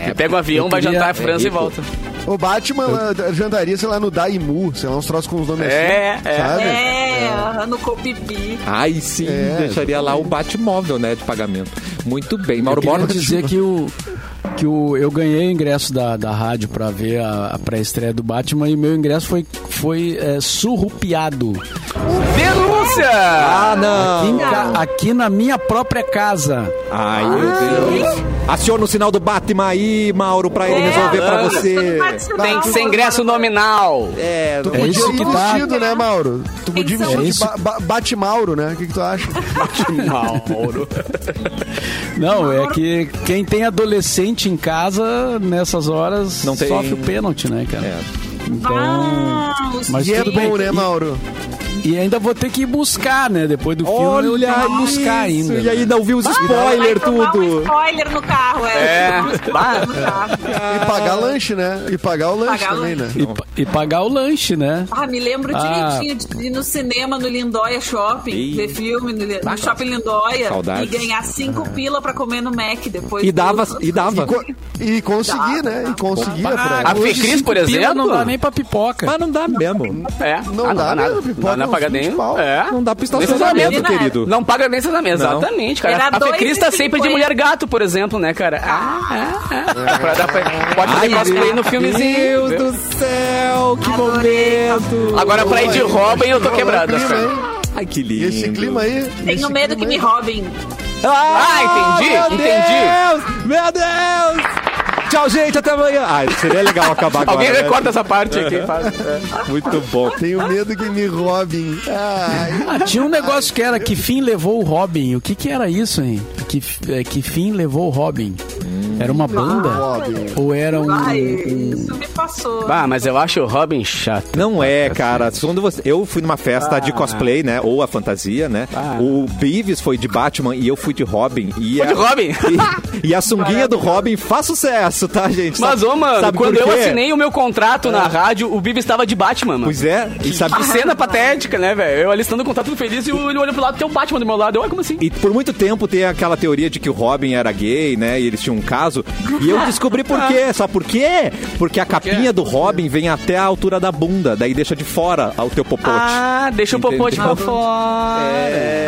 S2: É, pega um avião,
S4: Eu
S2: vai
S4: queria-
S2: jantar a França
S1: é
S2: e volta.
S5: O Batman lá, jantaria, sei lá, no Daimu, sei lá, uns troços com os nomes
S2: É,
S5: assim,
S2: é.
S5: sabe?
S3: É, é. no Copipi.
S1: Ai, sim,
S5: É.
S1: deixaria lá o Batmóvel, né, de pagamento. Muito bem. Mauro
S4: Queria
S1: Borba
S4: dizer que o que o, eu ganhei o ingresso da, da rádio pra ver a, a pré-estreia do Batman e meu ingresso foi foi é, surrupiado
S2: Denúncia!
S1: Ah,
S4: aqui, em
S1: não.
S4: ca- aqui na minha própria casa.
S1: Ai,
S2: Ah!
S1: meu Deus. Aciona o sinal do Batman aí, Mauro, pra ele
S3: É,
S1: resolver pra
S2: não.
S1: você.
S2: Tem que ser ingresso nominal.
S1: É,
S5: Tu
S4: É
S5: podia
S4: isso
S5: ir
S4: que dá.
S5: vestido, né, Mauro? Tu
S3: Tem
S5: podia
S3: que ser
S5: vestir
S4: um-
S5: de ba ba Bate-Mauro, né? O que, que tu acha?
S1: É,
S2: Mauro.
S4: Não, é que quem tem adolescente em casa nessas horas
S1: Não tem-
S4: sofre o pênalti, né, cara?
S1: É.
S4: Então,
S1: Ah.
S4: Mas
S5: E é
S4: tudo bem.
S5: bom, né,
S4: E-
S5: Mauro?
S4: E ainda vou ter que ir buscar, né? Depois do filme, eu
S1: Olha
S4: tenho que
S1: isso,
S4: buscar ainda. né?
S1: E ainda ouviu os spoilers,
S3: Um
S1: tudo.
S3: spoiler no carro, é.
S2: É. Bah.
S3: No carro.
S1: Ah.
S5: E pagar lanche, né? E pagar o lanche
S3: Pagar o
S5: também,
S3: lanche.
S5: né?
S4: E, pa- e pagar o lanche, né?
S3: Ah, me lembro
S4: Ah.
S3: direitinho de ir no cinema, no Lindóia Shopping,
S1: Ih.
S3: ver filme no, no
S1: Ah,
S3: Shopping Lindóia
S1: saudades.
S3: e ganhar cinco pila pra comer no Mac depois.
S1: Ah. E
S3: do-
S1: dava, e
S5: E,
S1: dava.
S5: co- e conseguir, né? E conseguir. é por aí.
S2: A
S5: Hoje,
S2: Fecris, por
S4: Pila
S2: exemplo?
S4: Não dá nem pra pipoca.
S1: Mas não dá mesmo.
S2: É.
S5: Não
S2: Ah,
S5: dá,
S2: nada.
S5: né?
S2: Não
S5: Pipoca
S2: dá
S5: uns
S2: pagar
S5: 20
S2: nem.
S5: pau.
S2: É.
S1: Não dá pro
S2: Nem
S1: estacionamento,
S3: estacionamento.
S1: querido.
S2: Não paga nem estacionamento,
S1: Não.
S2: exatamente, cara.
S3: Era
S2: a
S3: dois
S2: Fecris
S3: e
S2: tá sempre de
S3: cinquenta.
S2: mulher gato, por exemplo, né, cara? Ah, é, é. Pra dar pra- Pode
S1: Ai,
S2: fazer cosplay no
S1: meu
S2: filmezinho.
S1: Deus
S2: viu?
S1: do céu, que
S3: Adorei.
S1: momento.
S2: Agora pra ir de Robin, eu tô quebrado.
S1: é
S5: clima,
S2: cara.
S5: hein?
S1: Ai, que
S5: E
S1: lindo.
S5: esse clima aí.
S3: Tenho
S5: esse
S3: medo que
S5: clima
S3: me
S1: é
S5: aí-
S3: roubem.
S2: Ah, entendi,
S1: meu
S2: entendi.
S1: Deus, meu Deus. Tchau, gente, até amanhã. Ai, seria legal acabar agora. É.
S2: Alguém
S1: né?
S2: recorta essa parte aqui. faz.
S1: Muito bom.
S5: Tenho medo que me roubem. Ai.
S4: Ah, tinha um negócio que era que fim levou o Robin. O que que era isso, hein? Que, é, que fim levou o Robin? Era uma banda?
S5: Hum. Ah, Robin.
S4: Ou era um...
S1: Hum,
S3: Ai, isso me passou.
S2: Ah, mas eu acho o Robin chato.
S1: Não é, cara. Quando você... Eu fui numa festa de cosplay, né? Ou a fantasia, né? O Beavis foi de Batman e eu fui de Robin. E
S2: Foi
S1: a...
S2: de Robin?
S1: E, e a sunguinha do Robin faz sucesso, tá, gente?
S2: Mas,
S1: Sabe-
S2: ô, mano,
S1: sabe
S2: quando
S1: por
S2: eu
S1: quê? É.
S2: assinei o meu contrato na rádio, o Bibi estava de Batman, mano.
S1: Pois é, e sabe
S2: Que cena patética, né, velho? Eu alistando o contrato feliz e o- ele olha pro lado, tem o Batman do meu lado. Eu, "Ué, como assim?
S1: E por muito tempo tem aquela teoria de que o Robin era gay, né? E eles tinham um caso. E eu descobri por quê. Sabe por quê? Porque a capinha do Robin vem até a altura da bunda. Daí deixa de fora o teu popote.
S2: Ah, deixa o popote pra
S1: Entendi.
S2: fora.
S1: É,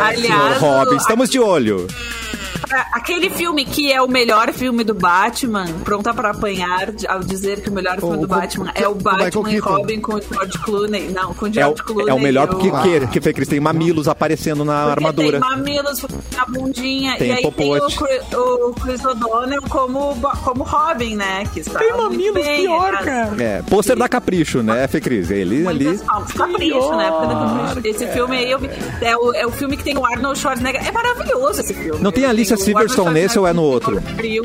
S1: senhor
S3: Aliás,
S1: Robin,
S3: o-
S1: estamos de olho.
S3: Agora, Ah, aquele filme que é o melhor filme do Batman, pronta pra apanhar de- ao dizer que o melhor filme
S5: O-
S3: do
S5: o-
S3: Batman
S5: que-
S3: é o
S5: do Michael
S3: Batman e
S5: Keaton.
S3: Robin com o George Clooney. Não, com o
S1: É o,
S3: George Clooney.
S1: é o melhor
S3: e o-
S1: porque, que, que Fê Cris tem mamilos aparecendo na
S3: Porque
S1: armadura.
S3: Tem mamilos na bundinha.
S1: Tem
S3: e aí
S1: popote.
S3: tem o Cri- o, Chris O'Donnell como, bo- como Robin, né? Que está tem mamilos bem, pior, cara.
S1: É, pôster da Capricho, né, Fê Cris? Ele ali.
S3: Muitas palmas. Capricho, né? Época da Capricho. Esse filme aí eu vi- é, o, é o filme que tem o Arnold Schwarzenegger. É maravilhoso esse filme.
S1: Não tem a Alicia Silverstone nesse ou é no outro?
S3: Frio.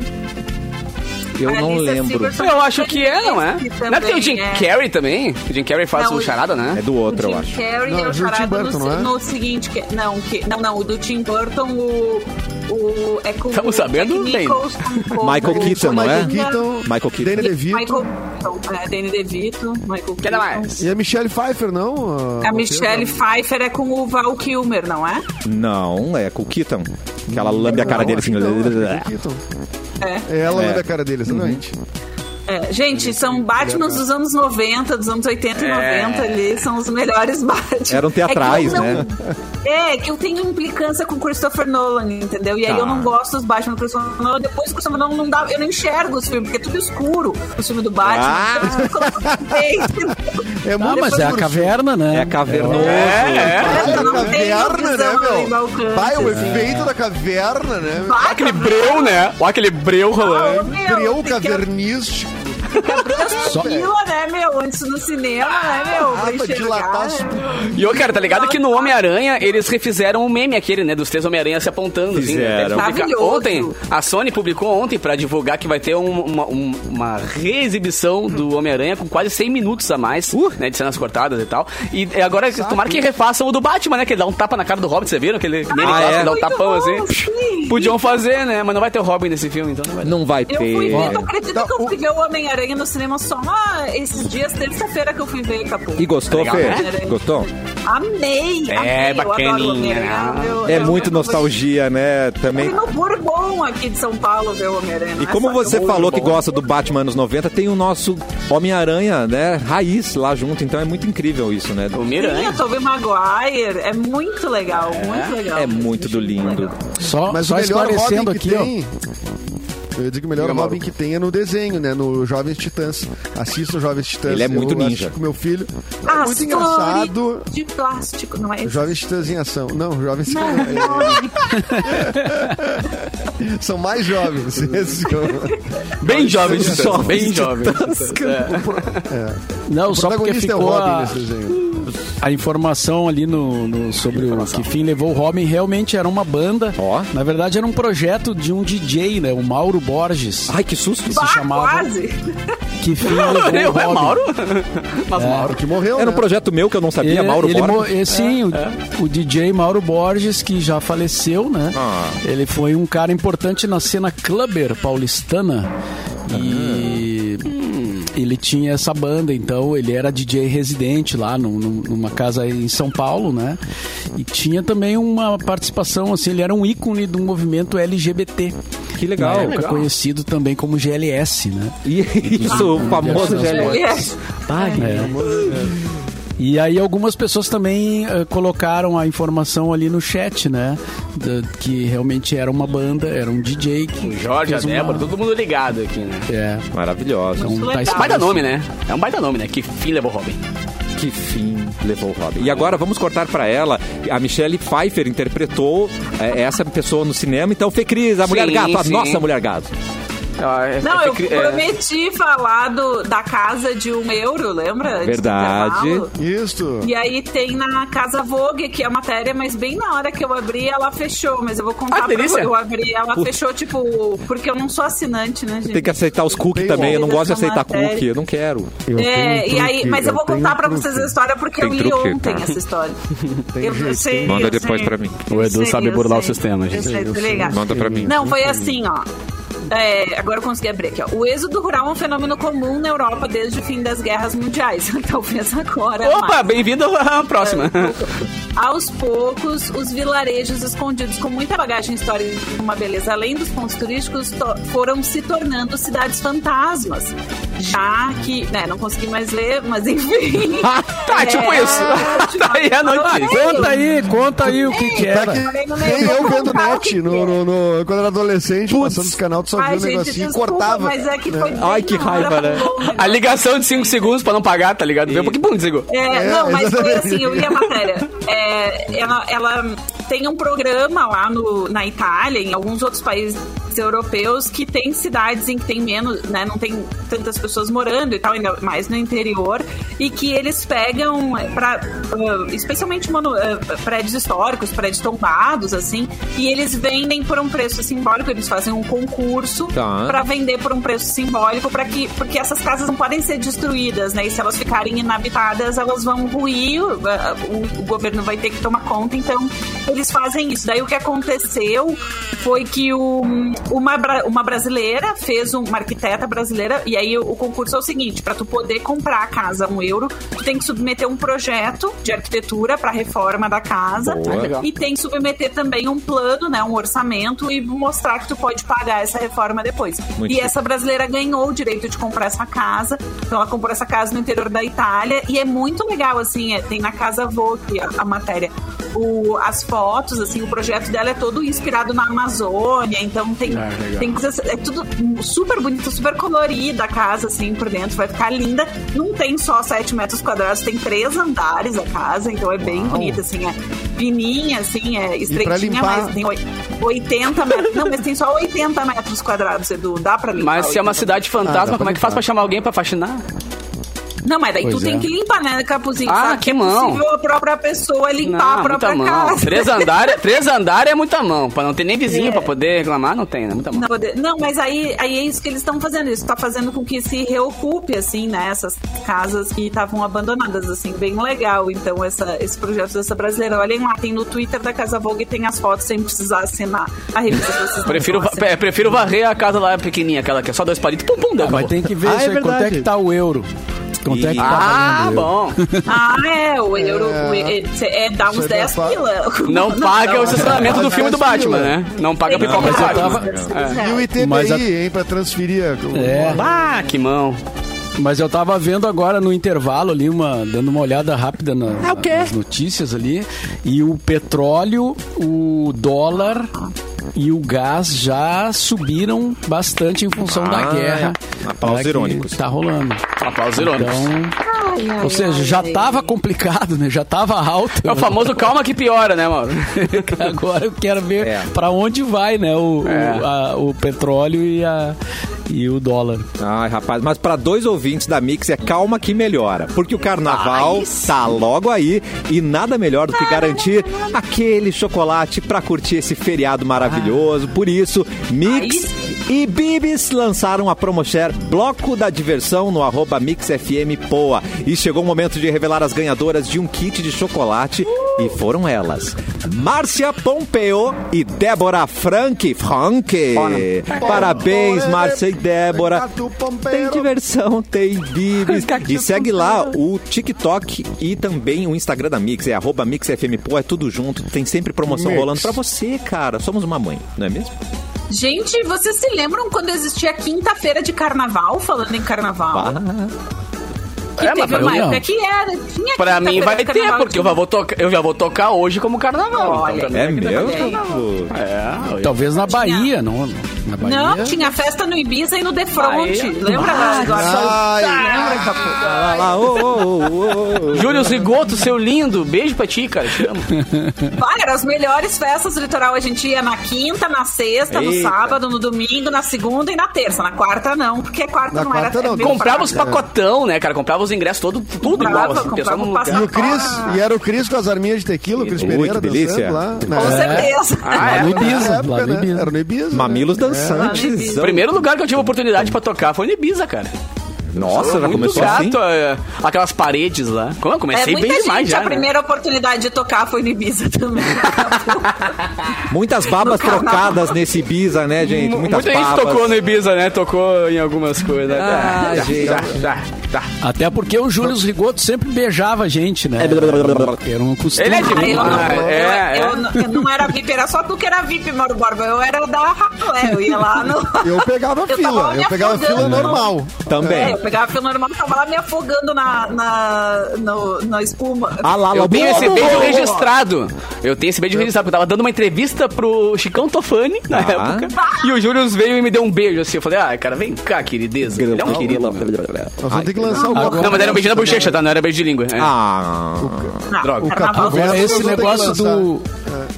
S1: Eu
S3: A
S1: não
S3: Alicia
S1: lembro.
S3: Silverstone
S2: Eu acho que é, não é?
S3: Que
S2: Não é porque tem o Jim
S3: também é.
S2: Carrey também? O Jim Carrey faz
S3: Não,
S2: um
S3: o-
S2: charada, né?
S1: É do outro,
S3: o
S1: eu
S3: Jim
S1: acho.
S3: Carrey
S5: Não,
S3: é
S5: é
S3: o
S5: o Tim
S3: charada
S5: Burton,
S3: no,
S5: não é?
S3: no seguinte, que- não, que, não, não, o do Tim Burton, o, o é com
S2: Estamos
S3: o Jack
S2: sabendo bem.
S3: Nicholson como
S1: Michael
S3: o
S1: Keaton, não é?
S5: Michael
S3: Coringa,
S5: Keaton,
S1: Michael Keaton.
S5: Danny DeVito
S3: Michael Keaton, é, Danny DeVito, Michael
S2: Quem
S3: Keaton.
S2: mais?
S5: e a Michelle Pfeiffer, não?
S3: A Michelle Pfeiffer é com o Val Kilmer, não é?
S1: Não, é com o Keaton. Que ela lambe a cara
S5: Não,
S1: dele
S5: acho
S1: assim.
S5: que não, acho que é Michael Keaton.
S3: É.
S5: É Ela
S1: É.
S5: olha a cara dele, exatamente.
S3: É, Gente, são Batmans dos anos 90, dos anos 80 e 90 ali, são os melhores Batman.
S1: Eram teatrais,
S3: É que eu
S1: né?
S3: É, que eu tenho implicância com Christopher Nolan, entendeu? E aí
S1: Tá.
S3: eu não gosto dos Batman do Christopher Nolan. Depois o Christopher Nolan não dá. Eu não enxergo os filmes, porque é tudo escuro. O filme do Batman.
S1: Ah!
S3: Então, eu coloco no peito.
S5: É
S4: Ah,
S5: muito
S4: mas é a
S5: escuro.
S4: caverna, né?
S1: É cavernoso.
S5: Ah,
S3: Tá É,
S5: da
S3: não tem
S5: caverna,
S3: visão
S5: né,
S3: ainda
S5: meu?
S3: alcança.
S5: Vai, o efeito da caverna, né? meu?
S3: Vai,
S2: Aquele
S3: cabelo.
S2: breu, né? Olha aquele breu rolando.
S3: Ah, meu,
S5: né? Criou o
S3: tem que
S5: cavernístico.
S4: Só-
S3: Fila, né, meu? Antes do cinema, né, meu?
S5: Ah,
S3: Pra
S5: pra dilatar
S3: enxergar. né?
S5: as-
S2: E ô, cara, tá ligado que no Homem-Aranha eles refizeram o meme aquele, né? Dos três Homem-Aranha se apontando. assim, né? Deve
S1: Fizeram.
S2: publicar-
S3: Maravilhoso.
S2: Ontem, a Sony publicou ontem pra divulgar que vai ter um- uma, um- uma reexibição do Homem-Aranha com quase 100 minutos a mais, né? De cenas cortadas e tal. E é, agora, tomara que refaçam o do Batman, né? Que ele dá um tapa na cara do Robin, você viram? Que ele nele
S1: Ah,
S2: lá,
S1: é?
S2: que dá um
S3: Muito
S2: tapão
S3: bom,
S2: assim.
S3: sim.
S2: Podiam fazer, né? Mas não vai ter o Robin nesse filme, então não vai.
S1: Não vai
S3: Eu fui
S1: ter. É
S3: ver, tu acredita
S5: Não,
S3: que eu
S5: então, o-
S3: fui ver o Homem-Aranha no cinema só ah, esses dias, terça-feira que eu fui ver, acabou.
S1: E gostou,
S2: Legal,
S1: Fê?
S3: né?
S1: Gostou?
S3: Amei!
S2: É,
S3: amei, eu adoro o
S2: bacaninha,
S3: Homem-Aranha,
S2: né?
S3: meu,
S1: É
S3: eu-
S1: muito
S3: eu-
S1: nostalgia, né? Também.
S3: Fui no Bourbon aqui de São Paulo ver o Homem-Aranha.
S1: E
S3: não é
S1: como
S3: só
S1: você
S3: eu.
S1: falou que gosta do Batman anos 90, tem o nosso Homem-Aranha, né? Raiz lá junto, então é muito incrível isso, né?
S2: O
S3: Sim,
S2: Miranha.
S3: a Tobey Maguire é muito legal, muito legal.
S1: É muito do lindo.
S4: Só,
S5: Mas
S4: só
S5: o melhor
S4: esclarecendo
S5: Robin
S4: aqui,
S5: que tem... Eu ia dizer que o melhor
S2: Diga, Mauro.
S5: Robin que tem é no desenho, né? No Jovens Titãs. Assista o Jovens Titãs.
S1: Ele é muito
S5: eu assisto
S1: ninja.
S5: com meu filho. É
S3: As
S5: muito engraçado.
S3: flores De plástico, não é? isso?
S5: Jovens Titãs em ação. Não, Jovens
S3: Não,
S5: Titãs.
S3: não.
S5: São mais jovens. Esse que eu-
S3: é?
S2: Bem jovem, É,
S1: Jovens
S2: Titãs, bem jovem.
S4: ó. Não,
S5: O
S4: só porque
S5: protagonista é o
S4: ficou
S5: Robin
S4: a,
S5: nesse desenho.
S4: a informação ali no, no- sobre o que fim levou o Robin realmente era uma banda.
S1: Ó.
S4: Na verdade, era um projeto de um DJ, né? O Mauro Borges.
S1: Ai, que susto!
S3: é
S4: se chamava
S3: Ah, quase.
S4: Que fim levou o
S2: Eu, é
S4: Robin.
S2: Mauro? Mas Mauro.
S5: Porque morreu,
S1: Era um
S5: né?
S1: projeto meu que eu não sabia,
S4: É,
S1: Mauro
S4: ele
S1: Borges.
S4: mo- é, sim, o, o DJ Mauro Borges, que já faleceu, né?
S1: Ah.
S4: Ele foi um cara importante na cena clubber paulistana. E hum, ele tinha essa banda, então ele era DJ residente lá num- num- numa casa em São Paulo, né? E tinha também uma participação, assim, ele era um ícone do movimento LGBT.
S1: Que legal.
S4: Na época
S1: Legal.
S4: conhecido também como GLS, né?
S1: E isso,
S4: é
S1: o famoso
S4: Deus,
S1: GLS.
S4: É. E aí algumas pessoas também eh, colocaram a informação ali no chat, né? Da- que realmente era uma banda, era um DJ. Que
S2: O Jorge, a
S4: fez uma-
S2: Débora, todo mundo ligado aqui, né?
S4: É.
S1: Maravilhosa.
S4: Então,
S3: Muito
S4: tá
S3: legal.
S4: explicado.
S2: Baita nome, né? É um baita nome, né? Que fim levou Robin.
S1: Que fim levou o Robin. E agora vamos cortar pra ela. A Michelle Pfeiffer interpretou é, essa pessoa no cinema. Então, Fê Cris, a mulher
S2: Sim,
S1: gato, a
S2: sim.
S1: nossa mulher gato.
S2: É,
S3: Não, eu prometi falar do, da casa de um euro, lembra? Antes do
S1: Verdade.
S3: intervalo.
S5: Isso.
S3: E aí tem na Casa Vogue, que é a matéria, mas bem na hora que eu abri, ela fechou. Mas eu vou
S2: Ah,
S3: contar
S2: que
S3: pra
S2: delícia.
S3: você. Eu abri, ela
S1: Puta.
S3: fechou, tipo, porque eu não sou assinante, né, gente?
S1: Tem que aceitar os cookies
S5: Tem
S1: também. Eu não
S3: essa
S1: gosto de aceitar
S3: matéria.
S1: cookie. Eu não quero.
S5: Eu
S3: É,
S5: tenho um
S3: e aí,
S5: truque,
S3: mas eu vou
S5: tenho
S3: contar
S5: um
S3: pra
S5: truque.
S3: vocês a história porque
S1: Tem
S3: eu li
S1: truque,
S3: ontem
S1: tá?
S3: essa história.
S5: Tem
S3: eu,
S5: jeito,
S3: sei,
S1: Manda
S3: eu
S1: depois
S3: sei.
S1: pra mim.
S2: O Edu
S3: Eu
S2: sabe
S3: eu
S2: burlar o sistema,
S3: Eu
S2: gente.
S3: sei, tô
S5: Eu sei.
S3: ligado.
S1: Manda pra mim.
S3: Não, foi assim, ó. É, agora eu consegui abrir aqui, ó. O êxodo rural é um fenômeno comum na Europa desde o fim das guerras mundiais. Talvez agora.
S2: Opa,
S3: mas- é, um
S2: bem-vindo à próxima.
S3: aos poucos, os vilarejos escondidos com muita bagagem histórica e uma beleza além dos pontos turísticos to- foram se tornando cidades fantasmas. já que, né, não consegui mais ler, mas enfim. É,
S2: Tá, tipo isso. Tá aí a notícia.
S4: Conta aí, conta aí o que, é. que
S5: Tá
S4: era.
S5: que
S3: Parei no meio
S5: nem
S3: pra
S5: eu vendo
S3: contar
S5: net
S3: o que é.
S5: no, no, no- quando era adolescente, passando os canal, tu só
S3: Ai,
S5: viu o
S3: gente,
S5: negocinho e
S3: desculpa,
S5: cortava.
S3: Mas é que foi. bem
S1: Ai, que
S3: na hora,
S1: raiva, né?
S3: falou, né?
S2: A ligação de 5 segundos pra não pagar, tá ligado? Vê um pouquinho bom, desligou.
S3: É,
S5: É,
S3: não, mas foi
S5: exatamente.
S3: assim, eu li a matéria. É, ela, ela tem um programa lá no, na Itália, em alguns outros países europeus, que tem cidades em que tem menos, né, não tem tantas pessoas morando e tal, ainda mais no interior, e que eles pegam para especialmente mono- ah, prédios históricos, prédios tombados, assim, e eles vendem por um preço simbólico, eles fazem um concurso
S1: Tá.
S3: pra vender por um preço simbólico para que porque essas casas não podem ser destruídas, né? E se elas ficarem inabitadas, elas vão ruir, o, o- o governo vai ter que tomar conta, então eles fazem isso. Daí o que aconteceu foi que o- uma, bra- uma brasileira fez um, uma arquiteta brasileira, e aí o, o concurso é o seguinte: para tu poder comprar a casa a um euro, tu tem que submeter um projeto de arquitetura para reforma da casa.
S1: Boa.
S2: Ah, legal.
S3: E tem que submeter também um plano, né, um orçamento e mostrar que tu pode pagar essa reforma depois.
S1: Muito
S3: e é
S1: chique.
S3: essa brasileira ganhou o direito de comprar essa casa. Então ela comprou essa casa no interior da Itália e é muito legal assim, é- tem na casa Vogue a, a matéria. O, as fotos, assim, o projeto dela é todo inspirado na Amazônia, então tem,
S4: Ah, legal.
S3: tem coisas. É tudo super bonito, super colorida a casa, assim, por dentro, vai ficar linda. Não tem só 7 metros quadrados, tem três andares a casa, então é bem bonita, assim, é fininha, assim, é estreitinha,
S5: limpar-
S3: mas tem oi- 80 metros. Não, mas tem só 80 metros quadrados, Edu. Dá pra limpar.
S2: Mas se é uma
S3: 80
S2: cidade
S5: Ah, dá
S2: fantasma,
S5: pra
S2: como é que faz
S5: limpar.
S2: pra chamar alguém pra faxinar?
S3: Não, mas daí
S4: Pois
S3: tu
S4: é.
S3: tem que limpar, né, Capuzinho?
S2: Ah,
S3: Sabe
S2: que
S3: é
S2: mão.
S3: possível a própria pessoa limpar a
S2: muita
S3: própria
S2: mão.
S3: casa. É.
S2: Três andares três andar é muita mão. Pra não ter nem vizinho pra poder reclamar, não tem, né? Muita mão.
S3: Não, poder- não, mas aí, aí é isso que eles estão fazendo. Isso tá fazendo com que se reocupe, assim, né? Essas casas que estavam abandonadas, assim, bem legal. Então, essa, esse projeto dessa brasileira. Olhem lá, tem no Twitter da Casa Vogue, tem as fotos sem precisar assinar a revista. pra vocês não
S2: Prefiro, va-
S3: vão assinar.
S2: é, prefiro varrer a casa lá pequenininha, aquela que é só dois palitos, pum, pum, deu,
S4: Mas
S2: acabou.
S4: tem que ver
S1: Ah,
S4: isso
S1: é
S4: aí, quanto é
S1: verdade.
S4: que tá o euro. Quanto é que tá
S2: Ah,
S4: valendo o euro.
S2: bom.
S3: Ah, é, o euro o e- e- cê- é, dá uns
S5: Isso aí
S3: 10
S5: não
S3: pila.
S2: Não paga o estacionamento do
S5: não, não,
S2: filme do
S5: não, não,
S2: Batman,
S5: não.
S2: né? Não paga a
S3: é assim Tem que
S2: pipoca do
S3: pagar.
S2: Batman. É.
S3: É.
S5: E o ITBI,
S4: Mas a-
S5: hein, pra transferir. a-
S4: É.
S2: Ah, que mão.
S4: Mas eu tava vendo agora no intervalo ali, uma, dando uma olhada rápida na-
S3: Ah,
S2: É o quê?
S4: nas notícias ali. E o petróleo, o dólar e o gás já subiram bastante em função
S1: Ah,
S4: da guerra.
S1: é. Aplausos
S4: né, que
S1: irônicos.
S4: Tá rolando.
S2: Aplausos irônicos.
S4: Então,
S3: Ai, ai,
S4: ou seja,
S3: ai,
S4: já
S3: ai.
S4: tava complicado, né? Já tava alto.
S2: É o famoso calma que piora, né, Mauro?
S4: Agora eu quero ver
S1: É.
S4: pra onde vai, né? O, o-
S2: É.
S4: a- o petróleo e, a- e o dólar.
S1: Ai, rapaz, mas para dois ouvintes da Mix é calma que melhora, porque o carnaval tá logo aí e nada melhor do que garantir aquele chocolate para curtir esse feriado maravilhoso. Por isso, Mix e Bibis lançaram a promoshare Bloco da Diversão no arroba Mix FM Poa. E chegou o momento de revelar as ganhadoras de um kit de chocolate e foram elas. Márcia Pompeo e Débora Frank. Frank. Parabéns, Márcia e
S3: É,
S1: Débora. Tem
S5: Catu Pompeiro.
S1: diversão, tem bibis. E segue lá o TikTok e também o Instagram da Mix. É arroba MixFMPô, é tudo junto. Tem sempre promoção
S5: Mix.
S1: rolando pra você, cara. Somos uma mãe, não é mesmo?
S3: Gente, vocês se lembram quando existia quinta-feira de carnaval, falando em carnaval?
S1: Ah,
S2: Ah,
S3: que
S2: É, mas
S3: teve
S2: pra
S3: uma
S4: mim não.
S3: época que era. Tinha
S2: Pra mim
S3: quinta-feira de
S2: vai ter,
S3: Tá carnaval,
S2: porque eu
S3: tinha-
S2: já vou, toca- eu já vou tocar hoje como carnaval.
S3: Olha.
S2: pra mim
S1: É
S2: vai ter
S1: meu?
S2: também. É, eu-
S4: Talvez na Bahia, não? Na Bahia.
S3: Não, tinha festa no Ibiza e no The Front.
S2: é. Aí. é. Ah.
S3: Lembra?
S5: Ah,
S3: agora?
S5: ai,
S3: lembra, Capu?
S1: Lá, Ah, lá, ô, ô, ô, ô, ô.
S2: Júlio Zigoto, seu lindo, beijo pra ti, cara. Te amo.
S3: Vai, Ah, eram as melhores festas do litoral. A gente ia na quinta, na sexta, no
S1: Eita.
S3: sábado, no domingo, na segunda e na terça. Na quarta não, porque quarta
S5: Na
S3: não
S5: quarta,
S3: era
S5: não.
S3: meio
S2: Comprava
S3: fraco.
S1: É.
S2: os pacotão, né, cara? Comprava os ingressos todo, tudo
S3: Comprava, um
S2: igual, assim. Pessoal
S3: comprava
S2: não
S3: o passe-
S5: E o Cris, e era o Cris com as arminhas de tequila, o Cris
S1: Ui,
S5: Pereira
S1: que delícia.
S5: dançando lá.
S3: Com
S5: né?
S3: certeza.
S2: É. Ah,
S4: Lá
S2: é?
S4: no
S5: Nessa
S4: Ibiza, lá
S5: época,
S4: no
S5: né?
S4: Ibiza.
S5: Era no Ibiza. né?
S1: Mamilos dançantes.
S2: O É. Primeiro lugar que eu tive oportunidade pra tocar foi no Ibiza, cara.
S1: Nossa, já
S2: Muito
S1: começou assim?
S2: gato, é, aquelas paredes lá. Como eu
S3: É,
S2: comecei
S3: muita
S2: bem
S3: gente,
S2: demais já,
S3: a
S2: né?
S3: primeira oportunidade de tocar foi no Ibiza também.
S1: Muitas babas
S3: No carnaval.
S1: trocadas nesse Ibiza, né, gente?
S2: Mu-
S1: Muitas
S2: Muita gente
S1: babas.
S2: tocou no Ibiza, né? Tocou em algumas coisas. né?
S1: Ah,
S2: Já,
S1: gente.
S2: já, já.
S4: Até porque o Júlio Rigoto sempre beijava a gente, né? Era um costume.
S2: Ele é de
S3: Ah, eu,
S2: Ah,
S3: não,
S2: é,
S3: eu,
S2: é.
S3: eu não- eu não era VIP, era só tu que era VIP, Mauro Borba. Eu era o da ralé, eu ia lá no...
S5: É. Eu pegava
S3: Eu tava
S5: fila,
S3: me
S5: eu pegava
S3: afogando.
S5: fila normal.
S3: É,
S1: Também.
S3: eu pegava fila normal, tava lá me afogando na, na, no- na espuma.
S1: Ah lá,
S2: Eu
S1: lá,
S2: tenho esse
S1: bom,
S2: beijo
S1: bom, bom.
S2: registrado. Eu tenho esse beijo registrado, porque eu tava dando uma entrevista pro Chicão Tofani na
S1: Ah.
S2: época. E o Júlio veio e me deu um beijo assim. Eu falei, ah, cara, vem cá, querideza. Ele é um querido. meu.
S5: Nós vamos ter que lançar o bloco.
S2: Não, mas era um beijo na
S5: também.
S2: bochecha, tá? Não era beijo de língua. é.
S1: Ah,
S3: Ah,
S2: droga.
S3: o carnaval
S5: Agora
S2: é
S4: Agora,
S3: foi-
S5: eu
S4: esse
S5: vou ter que
S4: negócio
S5: lançar.
S4: do.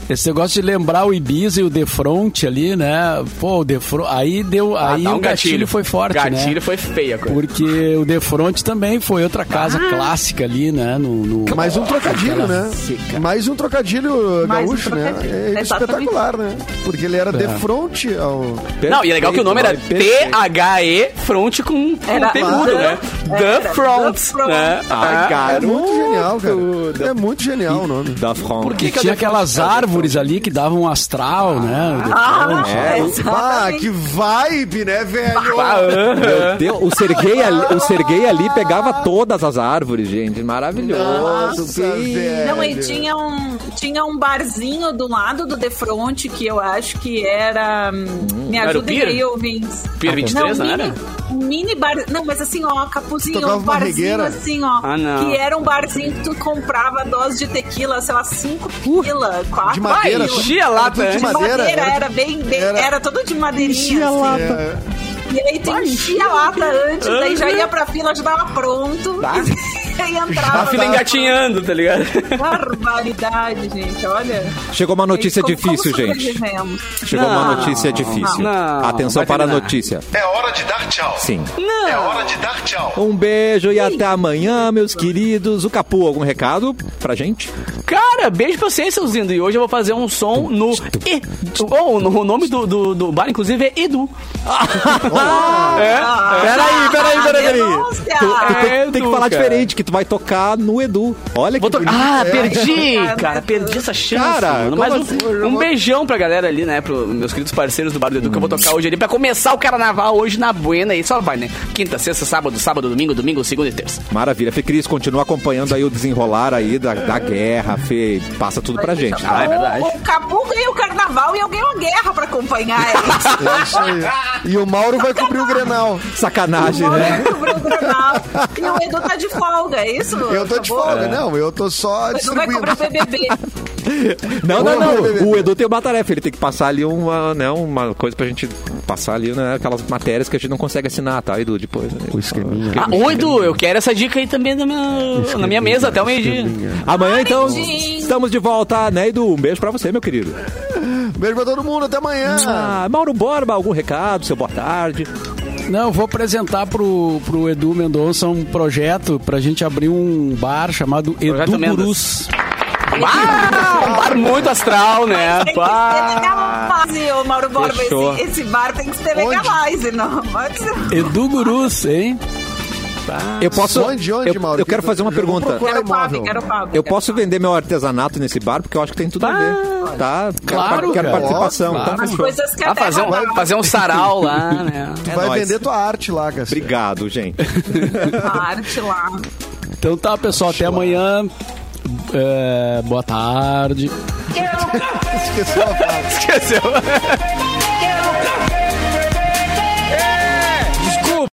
S4: Esse negócio de lembrar o Ibiza e o Defront ali, né? Pô, o Defront. Aí deu.
S2: Ah,
S4: aí
S2: dá
S4: o gatilho, foi forte,
S2: gatilho
S4: né?
S2: foi feia. a coisa.
S4: Porque o Defront também foi outra casa
S2: Ah.
S4: clássica ali, né? No, no-
S5: Mais um trocadilho,
S4: Aquela
S5: né?
S4: seca.
S5: Mais um trocadilho
S3: Mais um
S5: gaúcho, né?
S3: trocadilho.
S5: É
S3: Exatamente.
S5: espetacular, né? Porque ele era
S4: É.
S5: de fronte ao.
S2: Não, e é legal que o nome era T-H-E Front com, com
S3: Era-
S2: tegudo, né?
S3: Era-
S2: The Front,
S3: The Front.
S2: né? Ah,
S5: É muito genial,
S1: Garoto.
S5: cara. É muito genial o nome.
S1: da Fran.
S2: Por
S4: E
S2: que que
S4: tinha
S2: eu-
S4: aquelas árvores ali que davam um astral, né? O
S3: Ah,
S4: Defront.
S3: é,
S5: Ah,
S3: exatamente.
S5: que vibe, né, velho?
S2: Ah,
S1: Meu Deus, o Serguei ali, o Serguei ali pegava todas as árvores, gente. Maravilhoso.
S5: Nossa,
S1: Sim.
S5: velho.
S3: Não, e tinha um, tinha um barzinho do lado do Defronte que eu acho que era. hum, me
S2: Era o
S3: ajudem
S2: Pier?
S3: aí, ouvintes.
S2: Pier 23, não era?
S3: Um mini bar. Não, mas assim, ó, capuzinho,
S5: Tocava
S3: um
S5: uma
S3: barzinho
S5: regueira.
S3: assim, ó.
S2: Ah, não.
S3: Que era um barzinho que tu comprava dose de tequila, sei lá, 5
S1: Uh,
S3: pila, 4
S5: de madeira.
S2: Vai, enchia a lata, né?
S5: Era tudo de
S3: De madeira,
S5: madeira. era
S3: era bem, bem-
S5: era-
S3: era, todo de madeirinha.
S1: Enchia
S3: assim.
S1: lá.
S5: É,
S3: E aí tu enchia a lata antes, aí
S1: Uhum.
S3: já ia pra fila, já tava pronto. E aí entrava.
S2: A fila engatinhando, tá ligado?
S3: Barbaridade, gente, olha.
S1: Chegou uma notícia
S3: Como- como
S1: difícil, gente.
S3: sobrevivemos?
S1: Chegou uma
S2: Não,
S1: notícia difícil.
S2: não.
S1: Atenção
S2: Vai
S1: para a
S2: terminar.
S1: notícia.
S6: É hora de dar tchau.
S1: Sim.
S6: É hora de dar tchau.
S1: Um beijo e até amanhã, meus queridos. O Capu, algum recado pra gente?
S2: Cara, beijo pra vocês, seus lindos. E hoje eu vou fazer um som no... E... Oh, no- o nome do, do, do bar, inclusive, é Edu.
S3: Ah,
S1: Peraí, peraí, peraí, peraí.
S3: denúncia!
S1: Tu, tu tem,
S2: É,
S1: tem que
S2: Edu,
S1: falar
S2: cara.
S1: diferente, que tu vai tocar no Edu. Olha
S2: Vou
S1: que
S2: to-
S1: bonito.
S2: Ah, perdi,
S3: É.
S2: cara. Perdi essa chance.
S1: Cara,
S2: mano.
S1: como
S2: Mas um,
S1: assim?
S2: um beijão pra galera ali, né? Pros meus queridos parceiros do Bar do Edu, que eu vou tocar hoje ali. Pra começar o carnaval hoje na Buena. E só vai, né? Quinta, sexta, sábado, sábado, domingo, domingo, segunda e terça.
S1: Maravilha. Fê Cris, continua acompanhando aí o desenrolar aí da, da guerra, Fê. Passa tudo pra gente. tá?
S2: Ah, é verdade.
S3: Então, O, o Capu ganha o carnaval e eu ganho a guerra pra acompanhar ele.
S5: é isso aí. E o Mauro vai cobrir o Grenal.
S1: Sacanagem,
S3: O
S1: né?
S3: Edu cobriu o Grenal. E o Edu tá de folga, é isso?
S5: Eu tô de
S3: Acabou?
S5: folga, não. Eu tô só
S3: O Edu vai
S5: distribuindo.
S3: cobrar o BBB.
S1: Não, não,
S5: Ô,
S1: não. O Edu tem uma tarefa. Ele tem que passar ali uma, né, uma coisa pra gente passar ali, né? Aquelas matérias que a gente não consegue assinar, tá, Edu? Depois. né?
S2: Ah, ô, Edu, eu quero essa dica aí também na minha, na minha mesa até o meio-dia.
S1: Amanhã, então,
S3: Maridinho.
S1: estamos de volta, né, Edu? Um beijo pra você, meu querido.
S5: Beijo pra todo mundo. Até amanhã.
S1: Ah, Mauro Borba, algum recado? Seu boa tarde.
S4: Não, eu vou apresentar pro, pro Edu Mendonça um projeto pra gente abrir um bar chamado
S2: Projeto
S4: Edu
S2: Mendes.
S4: Gurus.
S2: Ah, um bar muito astral, né?
S3: Tem que
S2: Pá.
S3: ser mais, ô Mauro Borba.
S1: Fechou.
S3: Esse, esse bar tem que ser legalize, não. Pode ser.
S4: Edu Gurus, hein?
S1: Eu posso.
S5: Onde, onde,
S1: eu,
S5: Mauro?
S1: eu quero fazer uma
S5: Eu vou
S1: pergunta.
S5: procurar
S3: Quero
S5: imóvel.
S3: Fábio, quero Fábio.
S1: Eu posso vender meu artesanato nesse bar, porque eu acho que tem tudo a
S5: Ah.
S1: ver. Tá? Quero-
S4: Claro,
S1: quero,
S4: cara.
S1: participação.
S4: Claro.
S1: Então,
S3: As
S1: fechou.
S3: coisas que
S2: Ah,
S3: até
S2: fazer um,
S3: roubaram.
S2: fazer um sarau lá, né?
S5: Tu vai
S1: nóis.
S5: vender tua arte lá, Cassio.
S1: Obrigado, gente.
S3: a arte lá.
S4: Então tá, pessoal, até amanhã. É, boa tarde.
S5: Esqueceu a frase.
S2: Esqueceu.